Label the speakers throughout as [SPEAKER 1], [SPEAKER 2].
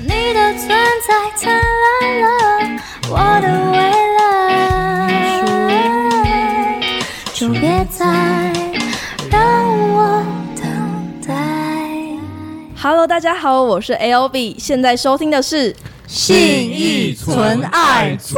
[SPEAKER 1] 你的存在灿烂了我的未来，就别再让我等待。
[SPEAKER 2] Hello，大家好，我是 A O B，现在收听的是
[SPEAKER 3] 信义存爱组。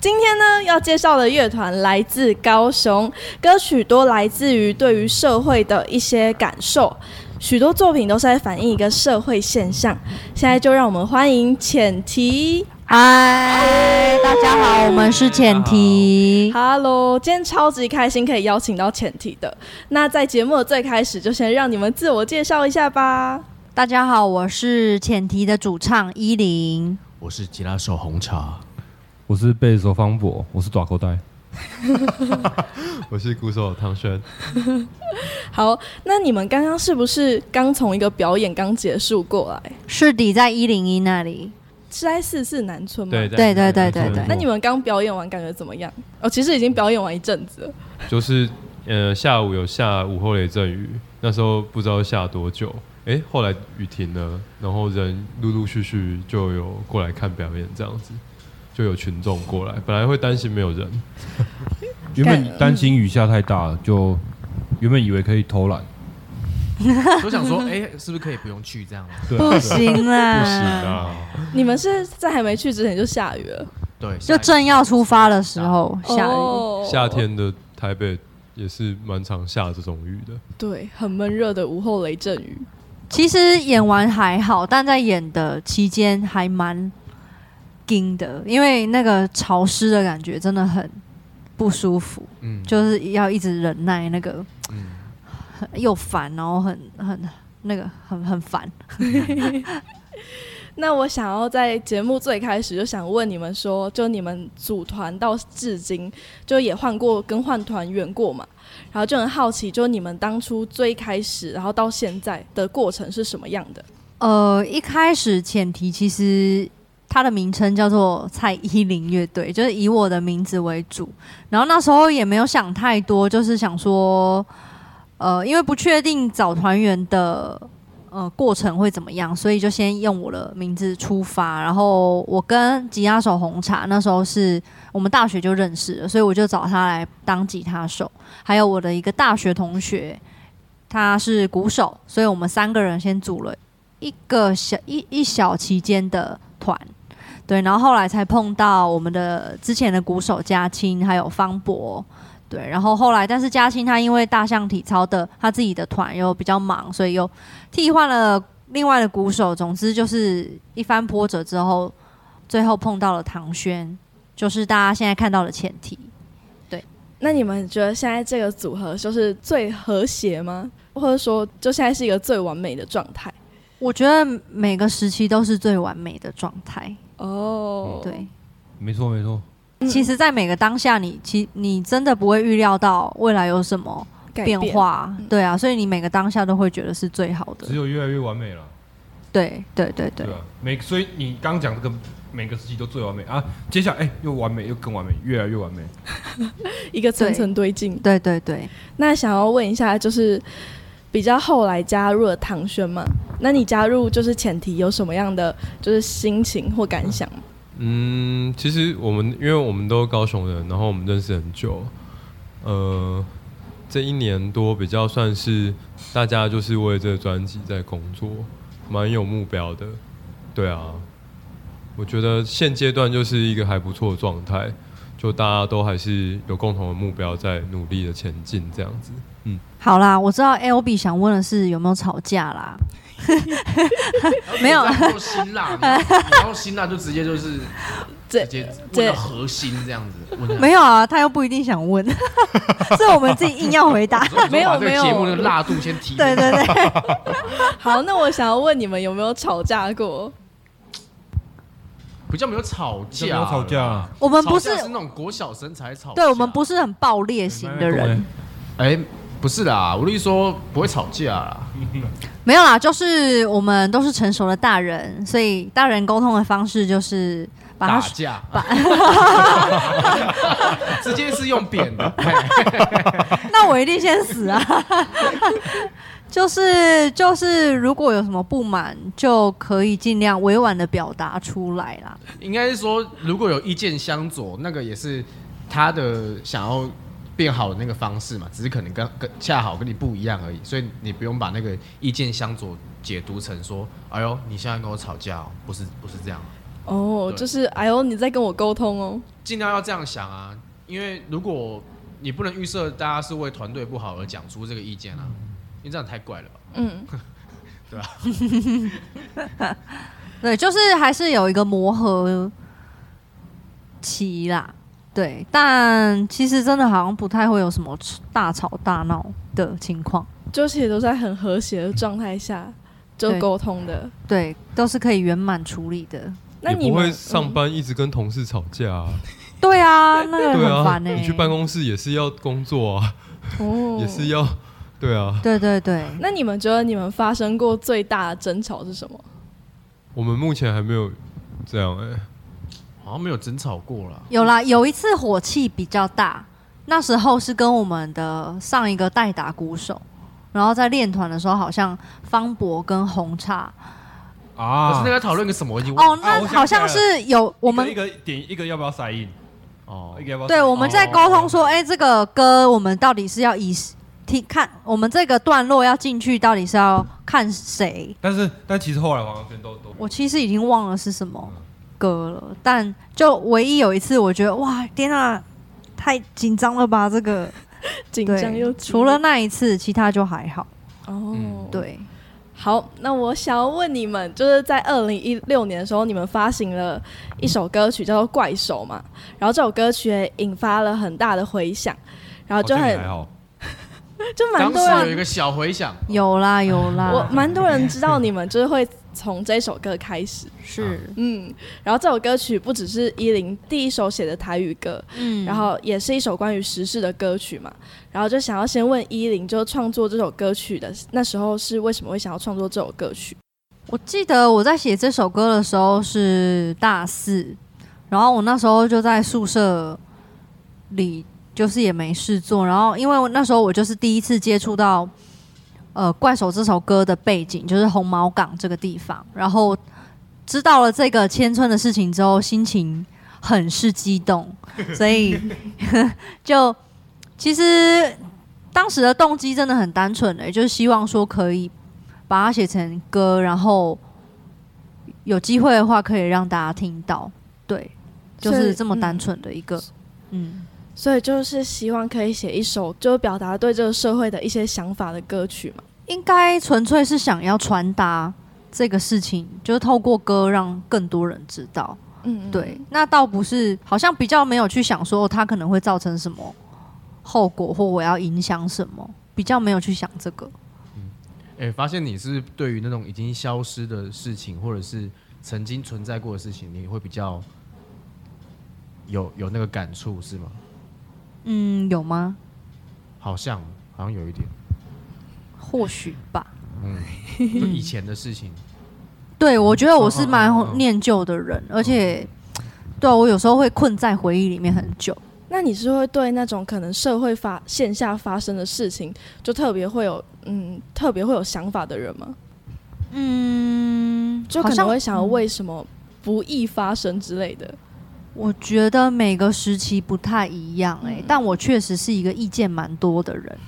[SPEAKER 2] 今天呢要介绍的乐团来自高雄，歌曲多来自于对于社会的一些感受，许多作品都是在反映一个社会现象。现在就让我们欢迎浅提。
[SPEAKER 3] 嗨，大家好，我们是浅提。
[SPEAKER 2] Hello，今天超级开心可以邀请到浅提的。那在节目的最开始，就先让你们自我介绍一下吧。
[SPEAKER 3] 大家好，我是浅提的主唱依林。
[SPEAKER 4] 我是吉拉手红茶，
[SPEAKER 5] 我是贝手方博，我是短口袋。
[SPEAKER 4] 我是鼓手唐轩。
[SPEAKER 2] 好，那你们刚刚是不是刚从一个表演刚结束过来？
[SPEAKER 3] 是抵在一零一那里，
[SPEAKER 2] 是在四四南村吗？
[SPEAKER 4] 对
[SPEAKER 3] 对对对对对
[SPEAKER 2] 那你们刚表演完感觉怎么样？哦，其实已经表演完一阵子了。
[SPEAKER 4] 就是呃下午有下午后雷阵雨，那时候不知道下多久，诶，后来雨停了，然后人陆陆续续就有过来看表演，这样子就有群众过来，本来会担心没有 人，
[SPEAKER 5] 原本担心雨下太大了，就原本以为可以偷懒，
[SPEAKER 6] 都想说，哎、是不是可以不用去这样？
[SPEAKER 5] 对
[SPEAKER 3] 不行 啦，
[SPEAKER 4] 不行啊，
[SPEAKER 2] 你们是在还没去之前就下雨了？
[SPEAKER 6] 对，
[SPEAKER 3] 就正要出发的时候下雨，
[SPEAKER 2] 哦
[SPEAKER 4] 夏天的台北也是蛮常下这种雨的，
[SPEAKER 2] 对，很闷热的午后雷阵雨。
[SPEAKER 3] 其实演完还好，但在演的期间还蛮惊的，因为那个潮湿的感觉真的很不舒服，
[SPEAKER 6] 嗯，
[SPEAKER 3] 就是要一直忍耐那个，
[SPEAKER 6] 嗯
[SPEAKER 3] 很又烦，然后很很那个很很烦。
[SPEAKER 2] 那我想要在节目最开始就想问你们说，就你们组团到至今，就也换过跟换团员过嘛？然后就很好奇，就你们当初最开始，然后到现在的过程是什么样的？
[SPEAKER 3] 呃，一开始前提其实它的名称叫做蔡依林乐队，就是以我的名字为主。然后那时候也没有想太多，就是想说，呃，因为不确定找团员的呃过程会怎么样，所以就先用我的名字出发。然后我跟吉他手红茶那时候是我们大学就认识了，所以我就找他来当吉他手，还有我的一个大学同学。他是鼓手，所以我们三个人先组了一个小一一小期间的团，对，然后后来才碰到我们的之前的鼓手嘉青，还有方博，对，然后后来但是嘉青他因为大象体操的他自己的团又比较忙，所以又替换了另外的鼓手，总之就是一番波折之后，最后碰到了唐轩，就是大家现在看到的前提，
[SPEAKER 2] 那你们觉得现在这个组合就是最和谐吗？或者说，就现在是一个最完美的状态？
[SPEAKER 3] 我觉得每个时期都是最完美的状态，
[SPEAKER 2] 哦，
[SPEAKER 3] 对。
[SPEAKER 5] 没错没错，
[SPEAKER 2] 嗯
[SPEAKER 3] 其实，在每个当下你，其你真的不会预料到未来有什么
[SPEAKER 2] 改
[SPEAKER 3] 变
[SPEAKER 2] 变，
[SPEAKER 3] 化，
[SPEAKER 2] 嗯
[SPEAKER 3] 对啊，所以你每个当下都会觉得是最好的
[SPEAKER 5] 只。有越来越完美了，
[SPEAKER 3] 对对对对
[SPEAKER 5] 对，啊，每所以你刚讲这个每个时期都最完美啊，接下来哎、又完美又更完美，越来越完美。
[SPEAKER 2] 一个层
[SPEAKER 3] 对
[SPEAKER 2] 层推进。
[SPEAKER 3] 对对对，
[SPEAKER 2] 那想要问一下，就是比较后来加入了唐轩嘛？那你加入就是前提有什么样的就是心情或感想吗？
[SPEAKER 4] 嗯，其实我们因为我们都是高雄人，然后我们认识很久，呃，这一年多比较算是大家就是为这个专辑在工作，蛮有目标的，对啊，我觉得现阶段就是一个还不错的状态，就大家都还是有共同的目标在努力的前进这样子。
[SPEAKER 3] 好啦，我知道 L B 想问的是有没有吵架啦，没有
[SPEAKER 6] 然后做辛辣，然后辛辣就直接就是
[SPEAKER 2] 这
[SPEAKER 6] 直接
[SPEAKER 2] 这
[SPEAKER 6] 问到核心这样子，问到
[SPEAKER 3] 没有啊，他又不一定想 问，是我们自己硬要回答。
[SPEAKER 6] 我说
[SPEAKER 2] 没有
[SPEAKER 6] 我说把这个
[SPEAKER 2] 没有
[SPEAKER 6] 节目的辣度先提，
[SPEAKER 3] 对对对，
[SPEAKER 2] 好，那我想要问你们有没有吵架过？
[SPEAKER 6] 比较没有吵
[SPEAKER 5] 比
[SPEAKER 6] 架
[SPEAKER 5] 较
[SPEAKER 6] 啦，
[SPEAKER 5] 没有吵架啊
[SPEAKER 3] 我们不
[SPEAKER 6] 吵
[SPEAKER 3] 是
[SPEAKER 6] 架，是那种国小生才吵架，
[SPEAKER 3] 对我们不是很爆裂型的人，
[SPEAKER 6] 哎，不是啦，我的意思说不会吵架啦，
[SPEAKER 3] 没有啦，就是我们都是成熟的大人，所以大人沟通的方式就是把
[SPEAKER 6] 打
[SPEAKER 3] 他
[SPEAKER 6] 架
[SPEAKER 3] 把，
[SPEAKER 6] 直 接是用扁的，嘿
[SPEAKER 3] 那我一定先死啊！ 就是就是，如果有什么不满，就可以尽量委婉的表达出来啦。
[SPEAKER 6] 应该是说，如果有意见相左，那个也是他的想要变好的那个方式嘛，只是可能跟跟恰好跟你不一样而已，所以你不用把那个意见相左解读成说，哎呦，你现在跟我吵架、哦，不是不是这样，
[SPEAKER 2] 哦，
[SPEAKER 6] 对
[SPEAKER 2] 就是哎呦，你在跟我沟通哦。
[SPEAKER 6] 尽量要这样想啊，因为如果你不能预设大家是为团队不好而讲出这个意见啊，因为这样太怪了吧？
[SPEAKER 2] 嗯，
[SPEAKER 3] 对，就是还是有一个磨合期啦。对，但其实真的好像不太会有什么大吵大闹的情况。
[SPEAKER 2] 就其实都在很和谐的状态下就
[SPEAKER 3] 对
[SPEAKER 2] 沟通的。
[SPEAKER 3] 对，都是可以圆满处理的。
[SPEAKER 2] 那
[SPEAKER 4] 也
[SPEAKER 2] 你
[SPEAKER 4] 不
[SPEAKER 2] 们
[SPEAKER 4] 会上班一直跟同事吵架啊，
[SPEAKER 3] 对啊，那个
[SPEAKER 4] 对
[SPEAKER 3] 很
[SPEAKER 4] 啊，
[SPEAKER 3] 烦呢、
[SPEAKER 4] 你去办公室也是要工作啊，
[SPEAKER 2] 嗯哦
[SPEAKER 4] 也是要，对啊，
[SPEAKER 3] 对对对，
[SPEAKER 2] 那你们觉得你们发生过最大的争吵是什么？
[SPEAKER 4] 我们目前还没有这样哎、
[SPEAKER 6] 好像没有争吵过啦。
[SPEAKER 3] 有啦，有一次火气比较大，那时候是跟我们的上一个代打鼓手，然后在练团的时候，好像方博跟红叉
[SPEAKER 5] 啊，
[SPEAKER 6] 可是那个讨论个什么？
[SPEAKER 3] 哦，
[SPEAKER 5] 啊
[SPEAKER 3] 那
[SPEAKER 5] 我想起来了
[SPEAKER 3] 好像是有我们
[SPEAKER 5] 一个一个点一个要不要塞印，
[SPEAKER 6] 哦
[SPEAKER 5] 一，个要不要塞印？
[SPEAKER 3] 对我们在沟通
[SPEAKER 5] 哦
[SPEAKER 3] 说，哎、这个哎歌我们到底是要以听看我们这个段落要进去，到底是要看谁？
[SPEAKER 5] 但是但其实后来黄晓轩都都
[SPEAKER 3] 我其实已经忘了是什么歌了，但就唯一有一次，我觉得哇，天啊，太紧张了吧，这个
[SPEAKER 2] 紧张又
[SPEAKER 3] 对，
[SPEAKER 2] 激
[SPEAKER 3] 除了
[SPEAKER 2] 烈
[SPEAKER 3] 那一次，其他就还好，
[SPEAKER 4] 嗯
[SPEAKER 2] 哦，。
[SPEAKER 3] 对。
[SPEAKER 2] 好，那我想要问你们，就是在二零一六年的时候，你们发行了一首歌曲叫做《怪手》嘛，然后这首歌曲也引发了很大的回响，
[SPEAKER 3] 哦
[SPEAKER 2] 然后就
[SPEAKER 5] 好像
[SPEAKER 2] 很
[SPEAKER 5] 也还好，
[SPEAKER 2] 就蛮
[SPEAKER 6] 当
[SPEAKER 2] 多啊
[SPEAKER 6] 时有一
[SPEAKER 2] 人，
[SPEAKER 6] 个小回响，
[SPEAKER 3] 有啦有啦，
[SPEAKER 2] 我蛮多人知道你们就是会从这首歌开始，
[SPEAKER 3] 是
[SPEAKER 2] 嗯，然后这首歌曲不只是依林第一首写的台语歌，
[SPEAKER 3] 嗯
[SPEAKER 2] 然后也是一首关于时事的歌曲嘛，然后就想要先问依林，就是创作这首歌曲的那时候是为什么会想要创作这首歌曲？
[SPEAKER 3] 我记得我在写这首歌的时候是大四，然后我那时候就在宿舍里，就是也没事做，然后因为我那时候我就是第一次接触到呃《怪手》这首歌的背景，就是红毛港这个地方，然后知道了这个千村的事情之后，心情很是激动，所以就其实当时的动机真的很单纯诶、就是希望说可以把它写成歌，然后有机会的话可以让大家听到，对，就
[SPEAKER 2] 所
[SPEAKER 3] 是
[SPEAKER 2] 以
[SPEAKER 3] 这么
[SPEAKER 2] 嗯
[SPEAKER 3] 单纯的一个，嗯，
[SPEAKER 2] 所以就是希望可以写一首，就是表达对这个社会的一些想法的歌曲嘛。
[SPEAKER 3] 应该纯粹是想要传达这个事情，就是透过歌让更多人知道，
[SPEAKER 2] 嗯，
[SPEAKER 3] 对，那倒不是，好像比较没有去想说、哦它可能会造成什么后果，或我要影响什么，比较没有去想这个，
[SPEAKER 6] 哎、发现你是对于那种已经消失的事情，或者是曾经存在过的事情，你会比较有有那个感触是吗？
[SPEAKER 3] 嗯，有吗？
[SPEAKER 6] 好像好像有一点，嗯
[SPEAKER 3] 或许吧。
[SPEAKER 6] 就以前的事情，
[SPEAKER 3] 对，我觉得我是蛮
[SPEAKER 6] 嗯嗯嗯嗯
[SPEAKER 3] 念旧的人，
[SPEAKER 2] 嗯
[SPEAKER 3] 而且，对啊我有时候会困在回忆里面很久。
[SPEAKER 2] 那你是会对那种可能社会发线下发生的事情，就特别会有嗯，特别会有想法的人吗？
[SPEAKER 3] 嗯，
[SPEAKER 2] 就
[SPEAKER 3] 好
[SPEAKER 2] 可
[SPEAKER 3] 像
[SPEAKER 2] 能会想要为什么不易发生之类的。
[SPEAKER 3] 我觉得每个时期不太一样哎、但我确实是一个意见蛮多的人。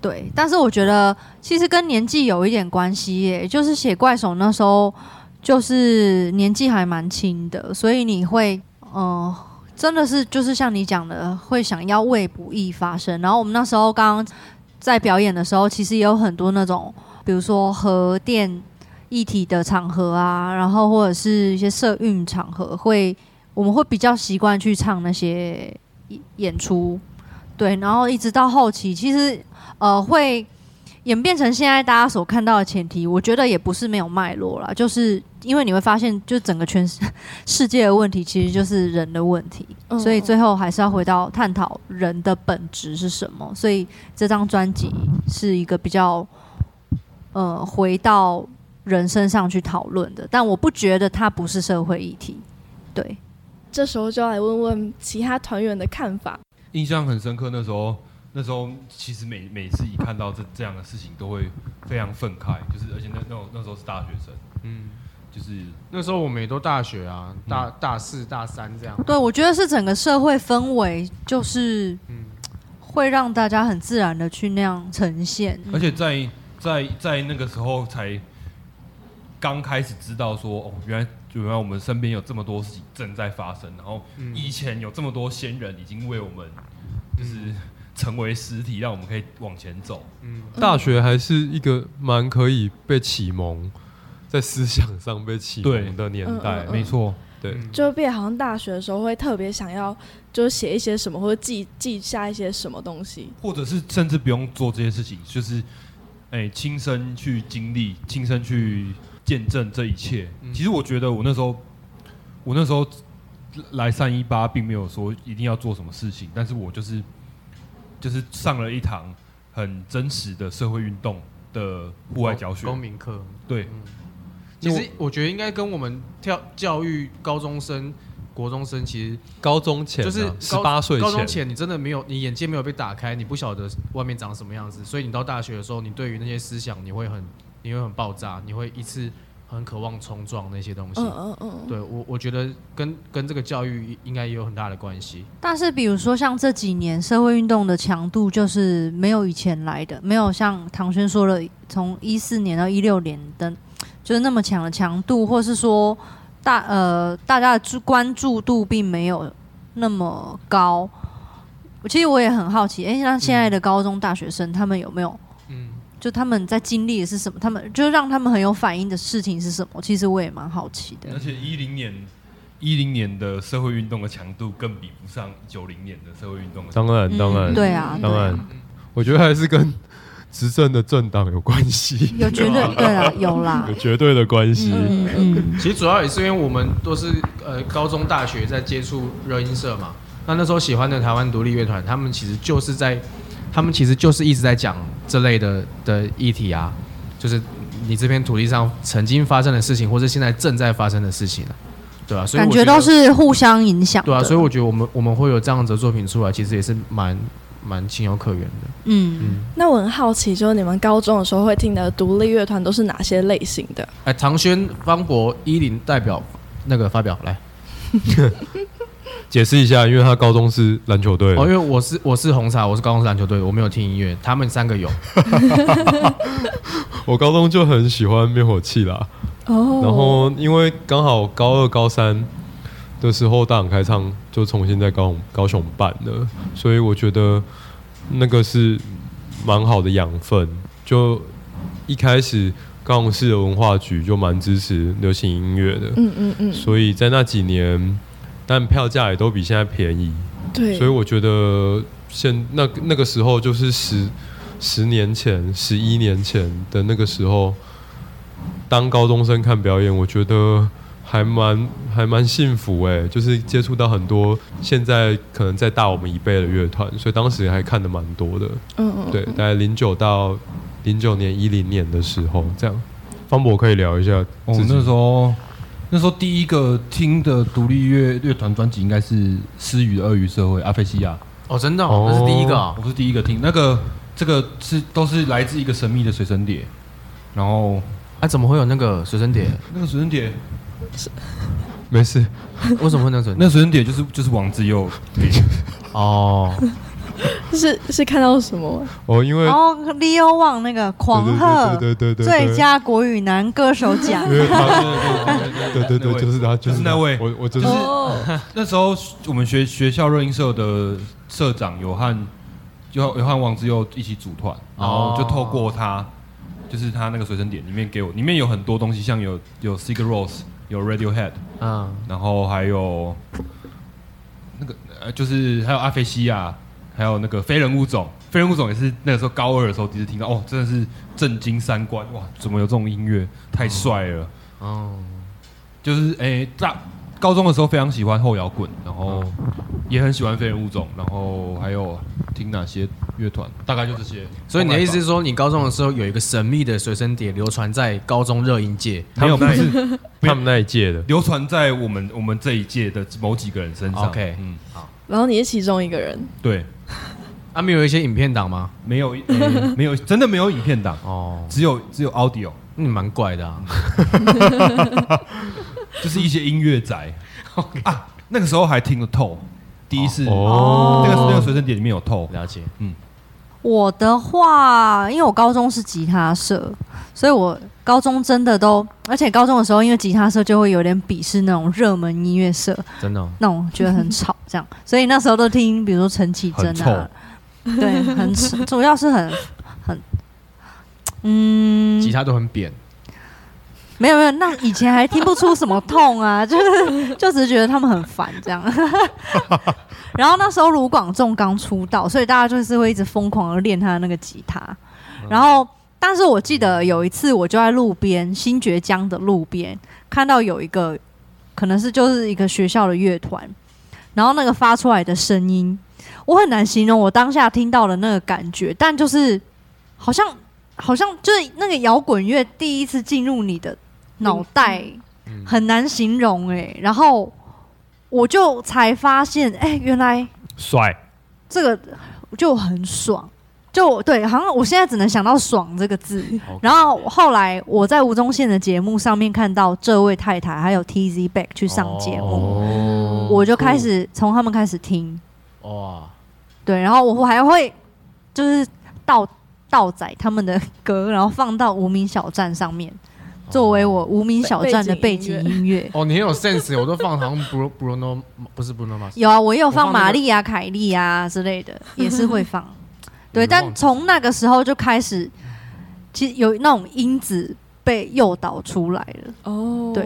[SPEAKER 3] 对，但是我觉得其实跟年纪有一点关系耶、就是写怪手那时候就是年纪还蛮轻的，所以你会嗯、呃真的是就是像你讲的，会想要为不易发声。然后我们那时候刚刚在表演的时候，其实也有很多那种，比如说核电议题的场合啊，然后或者是一些社运场合会我们会比较习惯去唱那些演演出，对，然后一直到后期，其实呃会演变成现在大家所看到的前提，我觉得也不是没有脉络啦，就是因为你会发现，就整个全世 世界的问题其实就是人的问题，
[SPEAKER 2] 嗯
[SPEAKER 3] 所以最后还是要回到探讨人的本质是什么。所以这张专辑是一个比较呃回到人身上去讨论的，但我不觉得它不是社会议题，对。
[SPEAKER 2] 这时候就要来问问其他团员的看法。
[SPEAKER 5] 印象很深刻。那时候那时候其实每每次一看到这这样的事情，都会非常愤慨，就是而且那那种那时候是大学生，
[SPEAKER 6] 嗯，
[SPEAKER 5] 就是
[SPEAKER 6] 那时候我们也都大学啊，大
[SPEAKER 5] 嗯
[SPEAKER 6] 大四、大三这样。
[SPEAKER 3] 对，我觉得是整个社会氛围，就是
[SPEAKER 6] 嗯
[SPEAKER 3] 会让大家很自然的去那样呈现。
[SPEAKER 2] 嗯
[SPEAKER 5] 而且在在在那个时候才刚开始知道说，哦，原来原来我们身边有这么多事情正在发生，然后
[SPEAKER 6] 嗯
[SPEAKER 5] 以前有这么多先人已经为我们就是成为实体，让我们可以往前走。
[SPEAKER 4] 大学还是一个蛮可以被启蒙，在思想上被启蒙的年
[SPEAKER 2] 对
[SPEAKER 4] 代
[SPEAKER 2] 嗯嗯，嗯没
[SPEAKER 4] 错，对，
[SPEAKER 6] 嗯
[SPEAKER 2] 就变好像大学的时候会特别想要，就是写一些什么或者记记下一些什么东西。
[SPEAKER 5] 或者是甚至不用做这些事情，就是哎亲身去经历、亲身去见证这一切。
[SPEAKER 6] 嗯
[SPEAKER 5] 其实我觉得我那时候，我那时候来三一八，并没有说一定要做什么事情，但是我就是就是上了一堂很真实的社会运动的户外教学
[SPEAKER 6] 公，民课。嗯
[SPEAKER 5] 对，
[SPEAKER 6] 其
[SPEAKER 5] 那
[SPEAKER 6] 实我觉得应该跟我们教教育高中生、国中生其实
[SPEAKER 4] 高中前啊
[SPEAKER 6] 就是
[SPEAKER 4] 十
[SPEAKER 6] 高
[SPEAKER 4] 八岁
[SPEAKER 6] 高中前你真的没有，你眼界没有被打开，你不晓得外面长什么样子，所以你到大学的时候，你对于那些思想，你会很，你会很爆炸，你会一次很渴望冲撞那些东西。
[SPEAKER 2] 嗯嗯嗯，
[SPEAKER 6] 对我，我觉得跟跟这个教育应该也有很大的关系。
[SPEAKER 3] 但是比如说像这几年社会运动的强度，就是没有以前来的，没有像唐轩说了，从一四年到一六年的，就是那么强的强度，或是说大呃大家的注关注度并没有那么高。我其实我也很好奇，哎、那现在的高中大学生他们有没有
[SPEAKER 6] 嗯，
[SPEAKER 3] 就他们在经历的是什么？他们就让他们很有反应的事情是什么？其实我也蛮好奇的
[SPEAKER 5] 而。且一零年。一零年的社会运动的强度更比不上九零年的社会运动的强
[SPEAKER 4] 当然当然
[SPEAKER 3] 嗯对啊，
[SPEAKER 4] 当
[SPEAKER 3] 对
[SPEAKER 4] 然
[SPEAKER 3] 啊，
[SPEAKER 4] 我觉得还是跟执政的政党有关 系，
[SPEAKER 3] 有绝对对啊，有啦
[SPEAKER 4] 有，绝对的关系。
[SPEAKER 3] 嗯嗯。
[SPEAKER 6] 其实主要也是因为我们都是呃高中、大学在接触热音社嘛。那那时候喜欢的台湾独立乐团，他们其实就是在，他们其实就是一直在讲这类的的议题啊，就是你这片土地上曾经发生的事情，或者现在正在发生的事情啊，对啊，所以
[SPEAKER 3] 感
[SPEAKER 6] 我
[SPEAKER 3] 觉
[SPEAKER 6] 觉
[SPEAKER 3] 都
[SPEAKER 6] 得
[SPEAKER 3] 是互相影响的。
[SPEAKER 6] 对啊，所以我觉得我们我们会有这样子的作品出来，其实也是蛮蛮情有可原的。
[SPEAKER 3] 嗯，
[SPEAKER 2] 那我很好奇，就是你们高中的时候会听的独立乐团都是哪些类型的？
[SPEAKER 6] 哎，唐轩、方博、依林代表那个发表来
[SPEAKER 4] 解释一下，因为他高中是篮球队的，
[SPEAKER 6] 哦，因为我是我是红茶，我是高中篮球队，我没有听音乐，他们三个有。
[SPEAKER 4] 我高中就很喜欢灭火器啦。
[SPEAKER 2] 哦
[SPEAKER 4] 然后因为刚好高二、高三的时候，大港开唱就重新在高雄高雄办了，所以我觉得那个是蛮好的养分。就一开始高雄市的文化局就蛮支持流行音乐的，
[SPEAKER 2] 嗯嗯嗯，
[SPEAKER 4] 所以在那几年，但票价也都比现在便宜，
[SPEAKER 2] 对，
[SPEAKER 4] 所以我觉得现那那个时候就是十十年前、十一年前的那个时候，当高中生看表演，我觉得还蛮还蛮幸福哎、就是接触到很多现在可能在大我们一辈的乐团，所以当时还看的蛮多的。
[SPEAKER 2] 嗯嗯，
[SPEAKER 4] 对，大概零九到零九年、一零年的时候这样。方博可以聊一下
[SPEAKER 5] 我、
[SPEAKER 4] 自己，
[SPEAKER 5] 哦那时候，那时候第一个听的独立乐乐团专辑应该是思雨的《鳄鱼社会》阿菲西亚，
[SPEAKER 6] 哦，真的、
[SPEAKER 4] 哦
[SPEAKER 6] 哦，那是第一个、哦
[SPEAKER 5] 我。是第一个听。那个这个是都是来自一个神秘的随身碟，然后
[SPEAKER 6] 啊，怎么会有那个随身 碟？
[SPEAKER 5] 那个随身碟，
[SPEAKER 4] 没事，
[SPEAKER 6] 为什么会那个随身
[SPEAKER 5] 那随身碟就是就是王自佑，
[SPEAKER 6] 哦，
[SPEAKER 2] 是是看到什么？
[SPEAKER 4] 哦，因为
[SPEAKER 3] 然后 Leo 望那个狂贺
[SPEAKER 4] 对对对对对对对
[SPEAKER 3] 最佳国语男歌手奖
[SPEAKER 4] 因，为他
[SPEAKER 5] 对
[SPEAKER 4] 对对对，就是他，就是
[SPEAKER 5] 那
[SPEAKER 4] 他
[SPEAKER 5] 位
[SPEAKER 4] 我我就是
[SPEAKER 2] 哦，
[SPEAKER 5] 那时候我们学学校热音社的社长有和有有和王自佑一起组团，然后就透过他，就是他那个随身碟里面给我，里面有很多东西，像有有 Sig Rose，有 Radiohead。
[SPEAKER 6] 嗯，
[SPEAKER 5] 然后还有那个呃，就是还有阿菲西亚，还有那个非人物种，非人物种也是那个时候高二的时候第一次听到，哦，真的是震惊三观，哇，怎么有这种音乐，太帅了！
[SPEAKER 6] 哦，
[SPEAKER 5] 就是诶、大高中的时候非常喜欢后摇滚，然后
[SPEAKER 4] 哦
[SPEAKER 5] 也很喜欢非人物种，然后还有听哪些乐团，大概就这些。
[SPEAKER 6] 所以你的意思是说，你高中的时候有一个神秘的随身碟流传在高中热音界？
[SPEAKER 5] 没有，但是
[SPEAKER 4] 他们那一届的，
[SPEAKER 5] 流传在我们我们这一届的某几个人身上。
[SPEAKER 6] OK
[SPEAKER 5] 嗯，
[SPEAKER 2] 然后你是其中一个人，
[SPEAKER 5] 对，
[SPEAKER 6] 啊，没有一些影片档吗？
[SPEAKER 5] 没有、呃没有，真的没有影片档，
[SPEAKER 6] 哦，
[SPEAKER 5] 只有只有 audio，
[SPEAKER 6] 那你蛮怪的啊。
[SPEAKER 5] 就是一些音乐宅 啊。那个时候还听得透，第一次
[SPEAKER 4] 哦
[SPEAKER 5] 那个那个随身碟里面有透，
[SPEAKER 6] 了解，
[SPEAKER 3] 我的话，因为我高中是吉他社，所以我高中真的都，而且高中的时候，因为吉他社就会有点鄙视那种热门音乐社，
[SPEAKER 6] 真的哦。
[SPEAKER 3] 那种觉得很吵这样，所以那时候都听，比如说陈绮贞
[SPEAKER 5] 很
[SPEAKER 3] 啊
[SPEAKER 5] 臭，
[SPEAKER 3] 对，很吵主要是很很，嗯，
[SPEAKER 6] 吉他都很扁，
[SPEAKER 3] 没有没有，那以前还听不出什么痛啊， 就是就只是觉得他们很烦这样。 然后那时候卢广仲刚出道，所以大家就是会一直疯狂的练他的那个吉他。然后，但是我记得有一次，我就在路边新觉江的路边看到有一个，可能是就是一个学校的乐团，然后那个发出来的声音，我很难形容我当下听到的那个感觉，但就是好像好像就是那个摇滚乐第一次进入你的脑袋，很难形容哎、然后我就才发现，哎、原来
[SPEAKER 4] 帅，
[SPEAKER 3] 这个就很爽。就我对，好像我现在只能想到“爽”这个字。然后后来我在吴宗宪的节目上面看到这位太太还有 TZ Back 去上节目，
[SPEAKER 6] 哦
[SPEAKER 3] 我就开始从他们开始听。
[SPEAKER 6] 哇，
[SPEAKER 3] 对，然后我还会就是盗盗载他们的歌，然后放到无名小站上面，作为我无名小站的背景
[SPEAKER 2] 背景
[SPEAKER 3] 音乐。
[SPEAKER 6] 哦，你很有 sense，我都放好像 Bru- Bruno 不是 Bruno Mars，
[SPEAKER 3] 有啊，我也有
[SPEAKER 6] 我
[SPEAKER 3] 放
[SPEAKER 6] 放那个
[SPEAKER 3] 玛丽啊、凯莉啊之类的，也是会放。对，
[SPEAKER 6] 你们
[SPEAKER 3] 但
[SPEAKER 6] 忘记
[SPEAKER 3] 从那个时候就开始，其实有那种因子被诱导出来了。
[SPEAKER 2] 哦，
[SPEAKER 3] 对，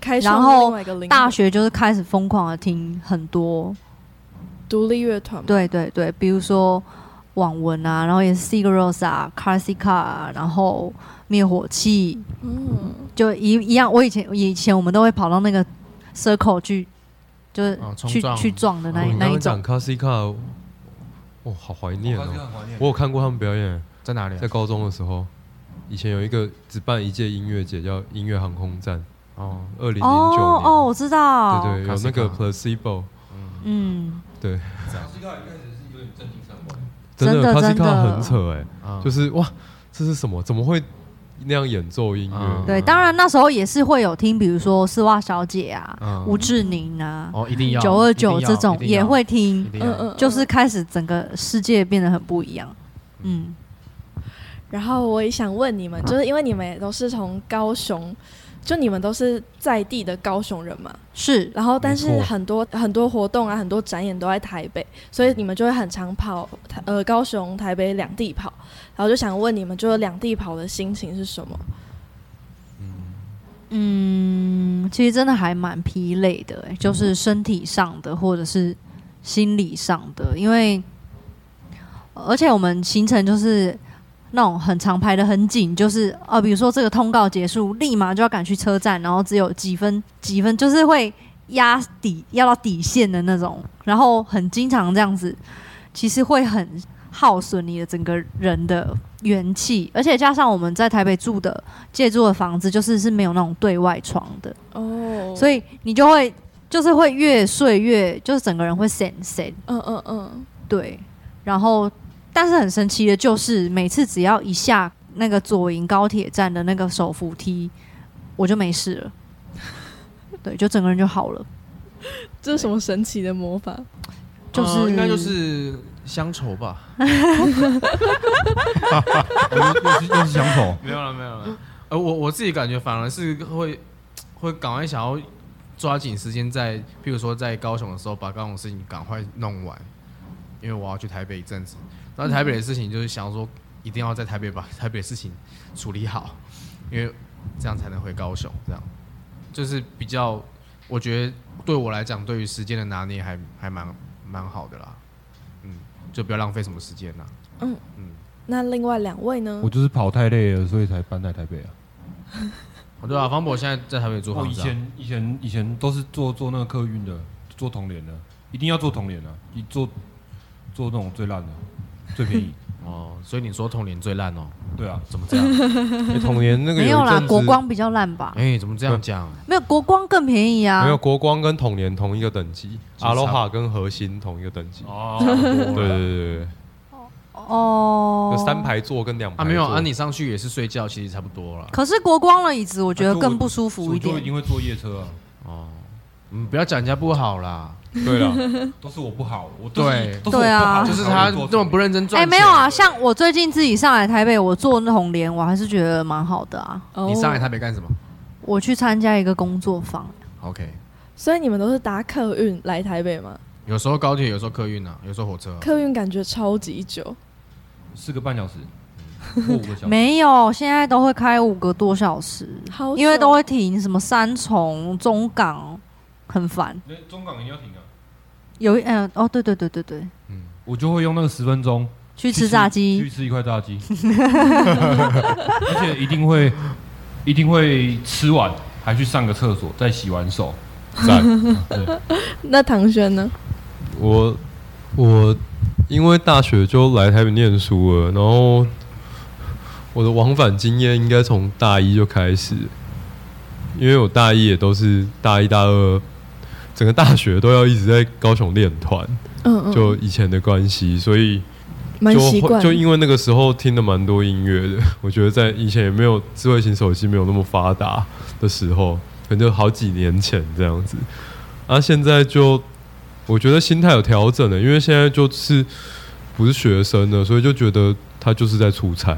[SPEAKER 2] 开
[SPEAKER 3] 然
[SPEAKER 2] 创
[SPEAKER 3] 后
[SPEAKER 2] 另外一个领域
[SPEAKER 3] 大学就是开始疯狂的听很多，
[SPEAKER 2] 独立乐团嘛，
[SPEAKER 3] 对对对，比如说网文啊，然后也是 s i g r o s 啊、Carsica，啊然后灭火器，
[SPEAKER 2] 嗯，
[SPEAKER 3] 就一一样，我以前以前我们都会跑到那个 circle 去，就是
[SPEAKER 6] 啊冲
[SPEAKER 3] 去、
[SPEAKER 6] 撞
[SPEAKER 3] 去撞的那、
[SPEAKER 4] 哦
[SPEAKER 3] 一
[SPEAKER 4] 你
[SPEAKER 3] 那
[SPEAKER 4] 刚
[SPEAKER 3] 一种
[SPEAKER 4] 刚讲。卡西卡，哇，啊好怀念
[SPEAKER 5] 我刚
[SPEAKER 4] 哦！
[SPEAKER 5] 刚怀念
[SPEAKER 4] 我有看过他们表演，
[SPEAKER 6] 在哪里啊？
[SPEAKER 4] 在高中的时候，以前有一个只办一届音乐节，叫音乐航空站，
[SPEAKER 6] 哦，
[SPEAKER 4] 二零零九年。
[SPEAKER 3] 哦哦，我知道，
[SPEAKER 4] 对对，有那个
[SPEAKER 6] Classica
[SPEAKER 4] placebo，
[SPEAKER 3] 嗯，
[SPEAKER 4] 对，
[SPEAKER 3] 真的
[SPEAKER 4] 的
[SPEAKER 3] 真的
[SPEAKER 4] Classica 很扯哎，
[SPEAKER 6] 啊
[SPEAKER 4] 就是哇，这是什么？怎么会那样演奏音乐
[SPEAKER 6] 嗯？
[SPEAKER 3] 对，当然那时候也是会有听，比如说丝袜小姐啊、
[SPEAKER 6] 嗯
[SPEAKER 3] 吴志宁啊、
[SPEAKER 6] 哦，一定要
[SPEAKER 3] 九二九这种也，会
[SPEAKER 6] 一
[SPEAKER 3] 听，
[SPEAKER 6] 定要
[SPEAKER 2] 嗯
[SPEAKER 6] 一定要一定要
[SPEAKER 2] 嗯，
[SPEAKER 3] 就是开始整个世界变得很不一样。嗯，
[SPEAKER 2] 然后我也想问你们，就是因为你们也都是从高雄，就你们都是在地的高雄人嘛，
[SPEAKER 3] 是
[SPEAKER 2] 然后但是
[SPEAKER 4] 没错
[SPEAKER 2] 很多很多活动啊，很多展演都在台北，所以你们就会很常跑呃高雄、台北两地跑。然后就想问你们，就是两地跑的心情是什么？
[SPEAKER 3] 嗯，其实真的还蛮疲累的、欸，就是身体上的或者是心理上的，因为呃而且我们行程就是那种很长排的很紧，就是呃，比如说这个通告结束，立马就要赶去车站，然后只有几分几分，就是会压底压到底线的那种，然后很经常这样子，其实会很耗损你的整个人的元气，而且加上我们在台北住的借住的房子，就是是没有那种对外窗的，
[SPEAKER 2] 哦，
[SPEAKER 3] 所以你就会就是会越睡越，就是整个人会神神
[SPEAKER 2] 嗯嗯嗯，
[SPEAKER 3] 对，然后但是很神奇的就是，每次只要一下那个左营高铁站的那个手扶梯，我就没事了，对，就整个人就好了，
[SPEAKER 2] 这是什么神奇的魔法？
[SPEAKER 3] 就是、
[SPEAKER 6] 哦应该就是乡愁吧？
[SPEAKER 5] 又是又是相否
[SPEAKER 6] 没有了，没有了。呃，我我自己感觉反而是会会赶快想要抓紧时间在，譬如说在高雄的时候，把高雄的事情赶快弄完，因为我要去台北一阵子。然后台北的事情就是想说，一定要在台北把 台北的事情处理好，因为这样才能回高雄。这样就是比较，我觉得对我来讲，对于时间的拿捏还还蛮蛮好的啦。嗯，就不要浪费什么时间啦。
[SPEAKER 2] 那另外两位呢
[SPEAKER 5] 我？就是跑太累了，所以才搬来台北啊。
[SPEAKER 6] 哦对啊，方博现在在台北租
[SPEAKER 5] 我
[SPEAKER 6] 房
[SPEAKER 5] 哦以
[SPEAKER 6] 子、啊，
[SPEAKER 5] 前以前以前都是做做那个客运的，做啊 同联的，一定要做同联的，一做做那种最烂的，最便宜。
[SPEAKER 6] 哦，所以你说童年最烂哦？
[SPEAKER 5] 对啊，
[SPEAKER 6] 怎么这 样？
[SPEAKER 4] 诶哎童年那个
[SPEAKER 3] 没
[SPEAKER 4] 有
[SPEAKER 3] 有
[SPEAKER 4] 一
[SPEAKER 3] 啦
[SPEAKER 4] 阵，子
[SPEAKER 3] 国光比较烂吧？
[SPEAKER 6] 哎，怎么这样讲？
[SPEAKER 3] 没有国光更便宜啊
[SPEAKER 4] 没有，国光跟统联同一个等级，
[SPEAKER 6] 差
[SPEAKER 4] 阿
[SPEAKER 6] 不多
[SPEAKER 4] 罗哈跟核心同一个等级。
[SPEAKER 5] 哦，
[SPEAKER 4] 对对对对，
[SPEAKER 3] 哦
[SPEAKER 4] 有，三。排座跟两排
[SPEAKER 6] 啊，没有
[SPEAKER 4] 座
[SPEAKER 6] 啊，你上去也是睡觉，其实差不多了。
[SPEAKER 3] 可是国光的椅子我觉
[SPEAKER 4] 啊
[SPEAKER 3] 得
[SPEAKER 5] 就
[SPEAKER 3] 更
[SPEAKER 5] 我
[SPEAKER 3] 不舒服一
[SPEAKER 5] 我就一
[SPEAKER 3] 点。
[SPEAKER 5] 定会坐夜车啊，
[SPEAKER 6] 哦，嗯，不要讲人家不好啦，
[SPEAKER 4] 对了，
[SPEAKER 5] 都是我不好，我都是
[SPEAKER 6] 对，
[SPEAKER 5] 都是我
[SPEAKER 3] 对
[SPEAKER 5] 不
[SPEAKER 3] 啊
[SPEAKER 5] 好，
[SPEAKER 6] 就是他
[SPEAKER 5] 这
[SPEAKER 6] 这么不认真赚
[SPEAKER 3] 哎，
[SPEAKER 6] 钱。
[SPEAKER 3] 没有啊，，像我最近自己上来台北，我坐那红联，我还是觉得蛮好的啊。
[SPEAKER 2] 哦
[SPEAKER 6] 你上来台北干什么
[SPEAKER 3] 我去参加一个工作坊，
[SPEAKER 6] ？OK，
[SPEAKER 2] 所以你们都是搭客运来台北吗？
[SPEAKER 4] 嗯
[SPEAKER 6] 有时候高铁，有时候客运啊，有时候火车啊。
[SPEAKER 2] 客运感觉超级久，
[SPEAKER 5] 四个半小时，嗯或五个小时，
[SPEAKER 3] 没有，现在都会开五个多小时，
[SPEAKER 2] 好久
[SPEAKER 3] 因为都会停什么三重、中港，很烦。
[SPEAKER 5] 那中港一定要停啊，
[SPEAKER 3] 有一嗯、哦，对对对对对，
[SPEAKER 5] 我就会用那个十分钟
[SPEAKER 3] 去吃炸鸡
[SPEAKER 5] 去，吃一块炸鸡， 而且一定会一定会吃完，还去上个厕所，再洗完手。
[SPEAKER 4] 赞。
[SPEAKER 2] 那唐轩呢？
[SPEAKER 4] 我我因为大学就来台北念书了，然后我的往返经验应该从大一就开始，因为我大一也都是大一大二，整个大学都要一直在高雄练团，
[SPEAKER 2] 嗯嗯，
[SPEAKER 4] 就以前的关系，所以。
[SPEAKER 2] 蛮
[SPEAKER 4] 就
[SPEAKER 2] 习
[SPEAKER 4] 会
[SPEAKER 2] 惯，
[SPEAKER 4] 就因为那个时候听的蛮多音乐的，我觉得在以前也没有智慧型手机没有那么发达的时候，可能就好几年前这样子。啊，现在就我觉得心态有调整了，因为现在就是不是学生了，所以就觉得他就是在出差。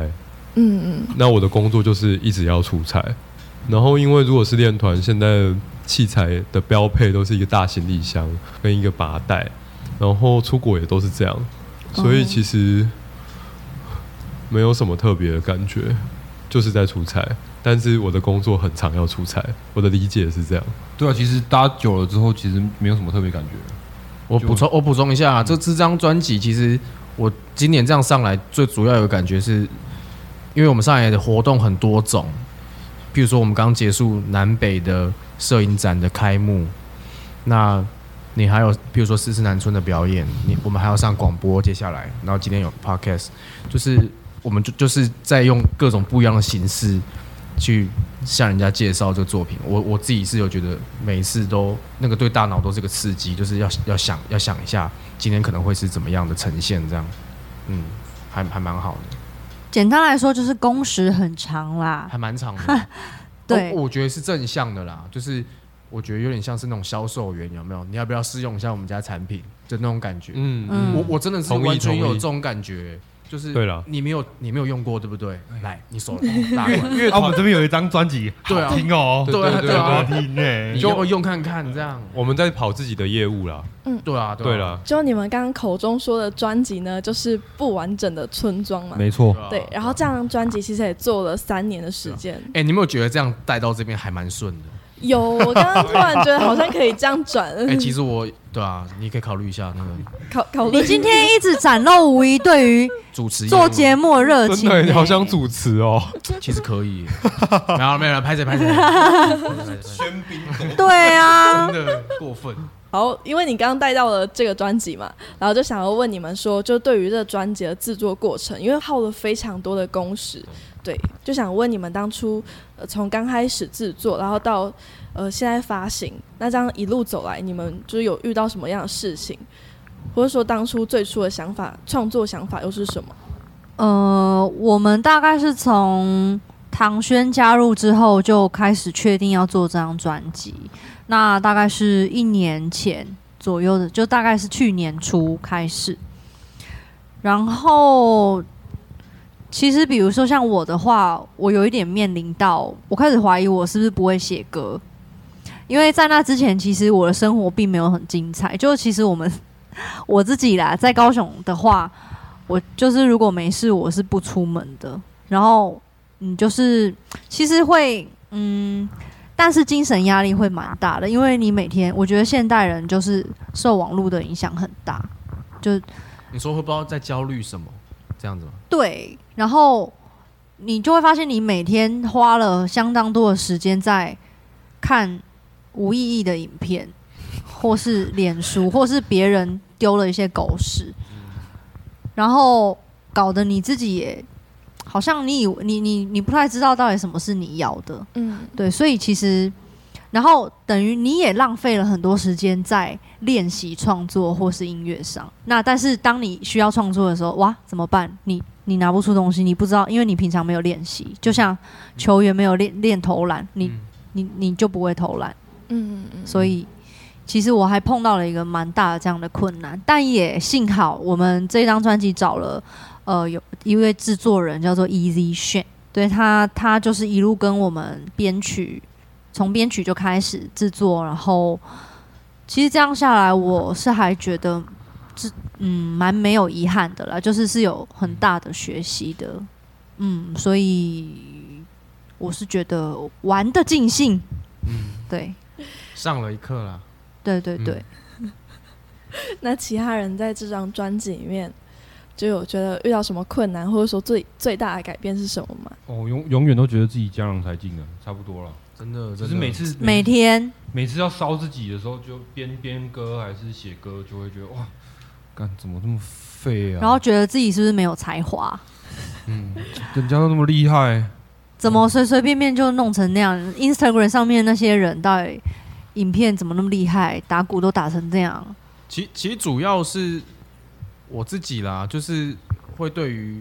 [SPEAKER 2] 嗯嗯，
[SPEAKER 4] 那我的工作就是一直要出差，然后因为如果是练团，现在器材的标配都是一个大行李箱跟一个拔袋，然后出国也都是这样，所以其实没有什么特别的感觉，就是在出差。但是我的工作很常要出差，我的理解是这样。
[SPEAKER 5] 对啊，其实搭久了之后，其实没有什么特别感觉。
[SPEAKER 6] 我补充，我补充一下、啊这这张专辑其实我今年这样上来，最主要有感觉是，因为我们上来的活动很多种，譬如说我们刚结束南北的摄影展的开幕，那你还有譬如说四四南村的表演，你我们还要上广播，接下来，然后今天有 podcast，就是我们就就是在用各种不一样的形式去向人家介绍这个作品。我我自己是有觉得每一次都那个对大脑都是个刺激，就是要要想要想一下今天可能会是怎么样的呈现，这样，嗯，还还蛮好的，
[SPEAKER 3] 简单来说就是工时很长啦。
[SPEAKER 6] 还蛮长的。
[SPEAKER 3] 对
[SPEAKER 6] 哦我我觉得是正向的啦，就是我觉得有点像是那种销售员，有没有？你要不要试用一下我们家产品？就那种感觉。
[SPEAKER 4] 嗯
[SPEAKER 3] 嗯
[SPEAKER 6] 我我真的是
[SPEAKER 4] 同意
[SPEAKER 6] 完全
[SPEAKER 4] 同意
[SPEAKER 6] 有这种感觉，就是
[SPEAKER 4] 对啦哎
[SPEAKER 6] 你没有你没有用过对不对？来，你手拿 过来，
[SPEAKER 5] 因为啊我们这边有一张专辑，
[SPEAKER 6] 对啊
[SPEAKER 5] 好听哦，
[SPEAKER 6] 对啊对
[SPEAKER 5] 好
[SPEAKER 6] 啊，
[SPEAKER 5] 听哎
[SPEAKER 6] 你。就用看看这样。
[SPEAKER 4] 我们在跑自己的业务啦，
[SPEAKER 6] 对啊，
[SPEAKER 4] 对
[SPEAKER 6] 啊，
[SPEAKER 4] 啦，
[SPEAKER 2] 就你们刚刚口中说的专辑呢，就是不完整的村庄嘛。
[SPEAKER 5] 没错，
[SPEAKER 6] 啊
[SPEAKER 2] 对，然后这张专辑其实也做了三年的时间。
[SPEAKER 6] 哎、你有没有觉得这样带到这边还蛮顺的？
[SPEAKER 2] 有，我刚刚突然觉得好像可以这样转，
[SPEAKER 6] 哎、其实我对啊，你可以考虑一下那个
[SPEAKER 2] 考考虑
[SPEAKER 3] 你今天一直展露无疑对于
[SPEAKER 6] 主持业务
[SPEAKER 3] 做节目的热
[SPEAKER 4] 真
[SPEAKER 3] 情、
[SPEAKER 4] 的耶
[SPEAKER 3] 欸，
[SPEAKER 4] 好想主持哦、
[SPEAKER 6] 其实可以。没有没有，拍谁拍谁，真
[SPEAKER 5] 喧宾
[SPEAKER 3] 对啊，
[SPEAKER 6] 的过分。
[SPEAKER 2] 好，因为你刚刚带到了这个专辑嘛，然后就想要问你们说，就对于这个专辑的制作过程，因为耗了非常多的工时，
[SPEAKER 6] 嗯
[SPEAKER 2] 对，就想问你们当初呃从刚开始制作，然后到呃现在发行，那这样一路走来，你们就是有遇到什么样的事情，或者说当初最初的想法、创作想法又是什么？
[SPEAKER 3] 呃，我们大概是从唐轩加入之后就开始确定要做这张专辑，那大概是一年前左右的，就大概是去年初开始。然后，其实比如说像我的话，我有一点面临到，我开始怀疑我是不是不会写歌，因为在那之前，其实我的生活并没有很精彩。就其实我们 我自己啦，在高雄的话，我就是如果没事，我是不出门的。然后你就是其实会嗯，但是精神压力会蛮大的，因为你每天，我觉得现代人就是受网络的影响很大，就
[SPEAKER 6] 你说会不知道在焦虑什么，这样子吗？
[SPEAKER 3] 对，然后你就会发现你每天花了相当多的时间在看无意义的影片， 或是脸书，或是别人丢了一些狗屎，然后搞得你自己也好像你以为你你你不太知道到底什么是你要的，
[SPEAKER 2] 嗯，
[SPEAKER 3] 对，所以其实，然后等于你也浪费了很多时间在练习创作或是音乐上。那但是当你需要创作的时候，哇，怎么办？你你拿不出东西，你不知道，因为你平常没有练习。就像球员没有练练投篮，你、
[SPEAKER 6] 嗯
[SPEAKER 3] 你你就不会投篮。
[SPEAKER 2] 嗯嗯
[SPEAKER 3] 所以其实我还碰到了一个蛮大的这样的困难，但也幸好我们这张专辑找了呃有一位制作人叫做 Easy Shen，对他他就是一路跟我们编曲，从编曲就开始制作，然后其实这样下来，我是还觉得这嗯蛮没有遗憾的啦，就是是有很大的学习的，嗯，所以。我是觉得玩的尽兴，对，
[SPEAKER 6] 上了一课啦。
[SPEAKER 3] 对对对，
[SPEAKER 2] 那其他人在这张专辑里面，就有觉得遇到什么困难，或者说最最大的改变是什么吗？
[SPEAKER 5] 哦，永永远都觉得自己江郎才尽了，啊差不多了。
[SPEAKER 6] 真的，
[SPEAKER 5] 只
[SPEAKER 6] 真
[SPEAKER 5] 是
[SPEAKER 6] 的
[SPEAKER 5] 每次
[SPEAKER 3] 每天
[SPEAKER 5] 每次要烧自己的时候，就编编歌还是写歌，就会觉得哇，干怎么这么废啊？
[SPEAKER 3] 然后觉得自己是不是没有才华？
[SPEAKER 6] 嗯
[SPEAKER 5] 人家都那么厉害，
[SPEAKER 3] 怎么随随便便就弄成那样？Instagram 上面那些人到底影片怎么那么厉害？打鼓都打成这样？
[SPEAKER 6] 其其实主要是我自己啦，就是会对于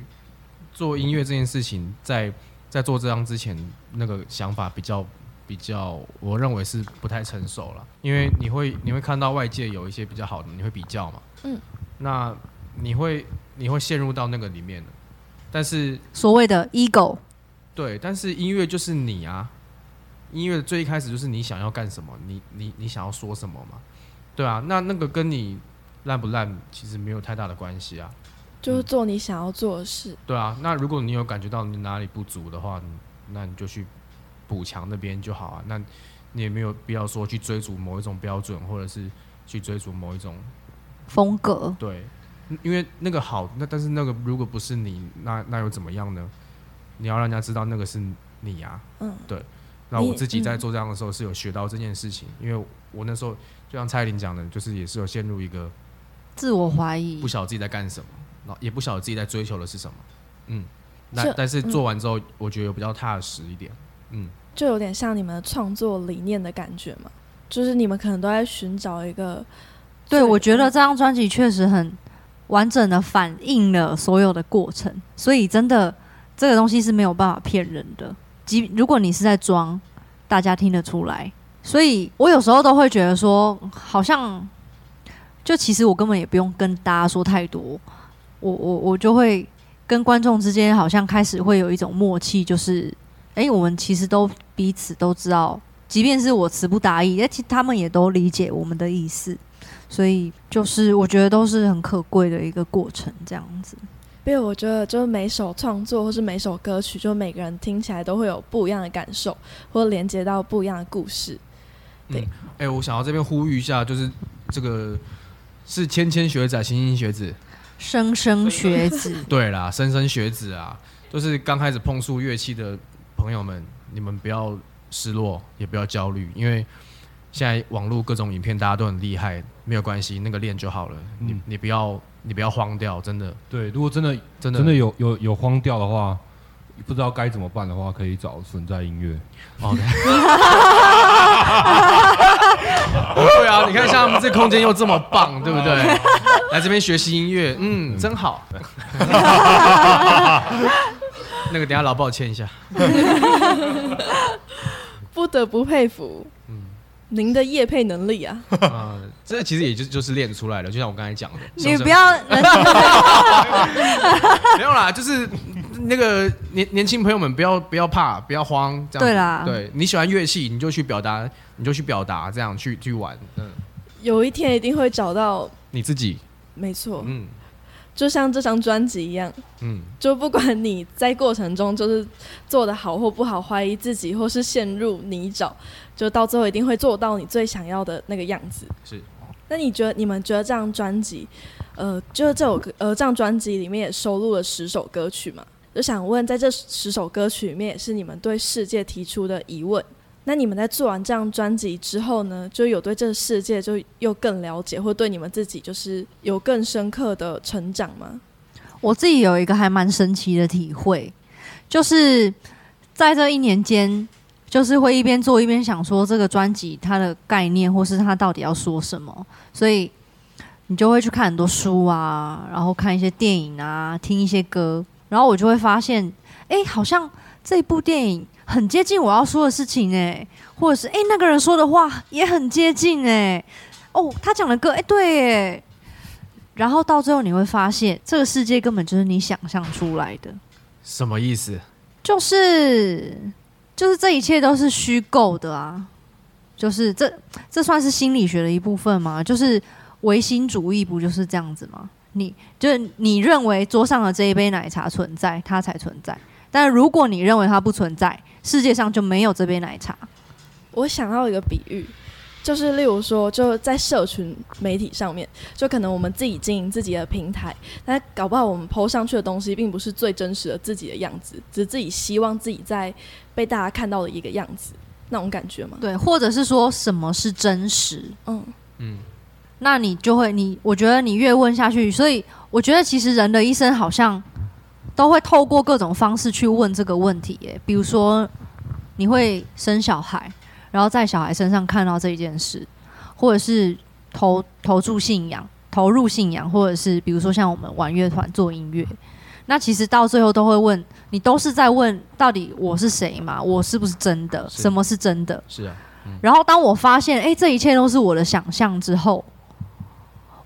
[SPEAKER 6] 做音乐这件事情，在在做这张之前，那个想法比较比较，我认为是不太成熟了。因为你会你会看到外界有一些比较好的，你会比较嘛，
[SPEAKER 2] 嗯，
[SPEAKER 6] 那你会你会陷入到那个里面的。但是
[SPEAKER 3] 所谓的 ego，
[SPEAKER 6] 对，但是音乐就是你啊，音乐最一开始就是你想要干什么，你你你想要说什么嘛，对啊，那那个跟你烂不烂其实没有太大的关系啊，
[SPEAKER 2] 就是做你想要做的事。
[SPEAKER 6] 对啊，那如果你有感觉到你哪里不足的话，你那你就去补强那边就好啊，那你也没有必要说去追逐某一种标准，或者是去追逐某一种
[SPEAKER 3] 风格，
[SPEAKER 6] 对，因为那个好，那但是那个如果不是你，那那又怎么样呢？你要让人家知道那个是你啊，
[SPEAKER 2] 嗯，
[SPEAKER 6] 对。那我
[SPEAKER 2] 你
[SPEAKER 6] 自己在
[SPEAKER 2] 嗯
[SPEAKER 6] 做这样的时候是有学到这件事情，因为我那时候就像蔡依林讲的，就是也是有陷入一个
[SPEAKER 3] 自我怀疑
[SPEAKER 2] 嗯
[SPEAKER 6] 不，晓得自己在干什么，然后也不晓得自己在追求的是什么，嗯。那
[SPEAKER 2] 这
[SPEAKER 6] 但是做完之后，我觉得有比较踏实一点，嗯。
[SPEAKER 2] 就有点像你们的创作理念的感觉嘛，就是你们可能都在寻找一个最，
[SPEAKER 3] 对我觉
[SPEAKER 2] 嗯
[SPEAKER 3] 得这张专辑确实很完整的反映了所有的过程，所以真的这个东西是没有办法骗人的。即如果你是在装，大家听得出来。所以我有时候都会觉得说，好像就其实我根本也不用跟大家说太多，我我我就会跟观众之间好像开始会有一种默契，就是诶，我们其实都彼此都知道，即便是我词不达意，诶，其实他们也都理解我们的意思。所以就是我觉得都是很可贵的一个过程，这样子。
[SPEAKER 2] 因为我觉得就是每首创作或是每首歌曲，就每个人听起来都会有不一样的感受，或连接到不一样的故事。
[SPEAKER 6] 哎、我想要这边呼吁一下，就是这个是芊芊学长、星星学子，
[SPEAKER 3] 莘莘学子
[SPEAKER 6] 对啦，莘莘学子啊，就是刚开始碰触乐器的朋友们，你们不要失落，也不要焦虑，因为现在网络各种影片大家都很厉害，没有关系，那个练就好了。你
[SPEAKER 5] 嗯
[SPEAKER 6] 你不要你不要慌掉，真的
[SPEAKER 5] 对，如果真的
[SPEAKER 6] 真的
[SPEAKER 5] 真的有有有荒掉的话，不知道该怎么办的话，可以找存在音乐。
[SPEAKER 6] 哦。对啊，你看像他们这空间又这么棒， 对不对？来这边学习音乐，嗯，真 好。那个等一下老抱歉一下。
[SPEAKER 2] 不得不佩服，您的业配能力啊！
[SPEAKER 6] 啊，这其实也就就是练出来的，就像我刚才讲的，
[SPEAKER 3] 你不要人家
[SPEAKER 6] 没有啦，就是那个年年轻朋友们不要不要怕，不要慌，这样子
[SPEAKER 3] 对啦
[SPEAKER 6] 对你喜欢乐器，你就去表达，你就去表达，这样去去玩，嗯，
[SPEAKER 2] 有一天一定会找到，
[SPEAKER 6] 你自己，
[SPEAKER 2] 没错，
[SPEAKER 6] 嗯
[SPEAKER 2] 就像这张专辑一样，
[SPEAKER 6] 嗯，
[SPEAKER 2] 就不管你在过程中就是做的好或不好，怀疑自己或是陷入泥沼，就到最后一定会做到你最想要的那个样子。
[SPEAKER 6] 是。
[SPEAKER 2] 那你觉得你们觉得这张专辑，呃，就是这首歌，呃，这张专辑里面也收录了十首歌曲嘛？就想问，在这十首歌曲里面，也是你们对世界提出的疑问。那你们在做完这张专辑之后呢，就有对这个世界就又更了解，或对你们自己就是有更深刻的成长吗？
[SPEAKER 3] 我自己有一个还蛮神奇的体会，就是在这一年间，就是会一边做一边想说这个专辑它的概念，或是它到底要说什么，所以你就会去看很多书啊，然后看一些电影啊，听一些歌，然后我就会发现，哎、好像这部电影很接近我要说的事情哎、或者是哎、诶那个人说的话也很接近哎、哦，他讲的歌哎、诶对耶，然后到最后你会发现，这个世界根本就是你想象出来的，
[SPEAKER 6] 什么意思？
[SPEAKER 3] 就是就是这一切都是虚构的啊，就是这这算是心理学的一部分吗？就是唯心主义不就是这样子吗？你就是你认为桌上的这一杯奶茶存在，它才存在。但如果你认为它不存在，世界上就没有这杯奶茶。
[SPEAKER 2] 我想到一个比喻，就是例如说，就在社群媒体上面，就可能我们自己经营自己的平台，但搞不好我们 PO 上去的东西并不是最真实的自己的样子，只是自己希望自己在被大家看到的一个样子，那种感觉嘛。
[SPEAKER 3] 对，或者是说什么是真实？
[SPEAKER 2] 嗯，
[SPEAKER 6] 嗯，
[SPEAKER 3] 那你就会你，我觉得你越问下去，所以我觉得其实人的一生好像都会透过各种方式去问这个问题，耶，比如说你会生小孩，然后在小孩身上看到这一件事，或者是投投注信仰、投入信仰，或者是比如说像我们玩乐团做音乐，那其实到最后都会问你，都是在问到底我是谁嘛？我是不是真的？
[SPEAKER 6] 是
[SPEAKER 3] 什么是真的？
[SPEAKER 6] 是啊，
[SPEAKER 3] 然后当我发现，哎，这一切都是我的想象之后，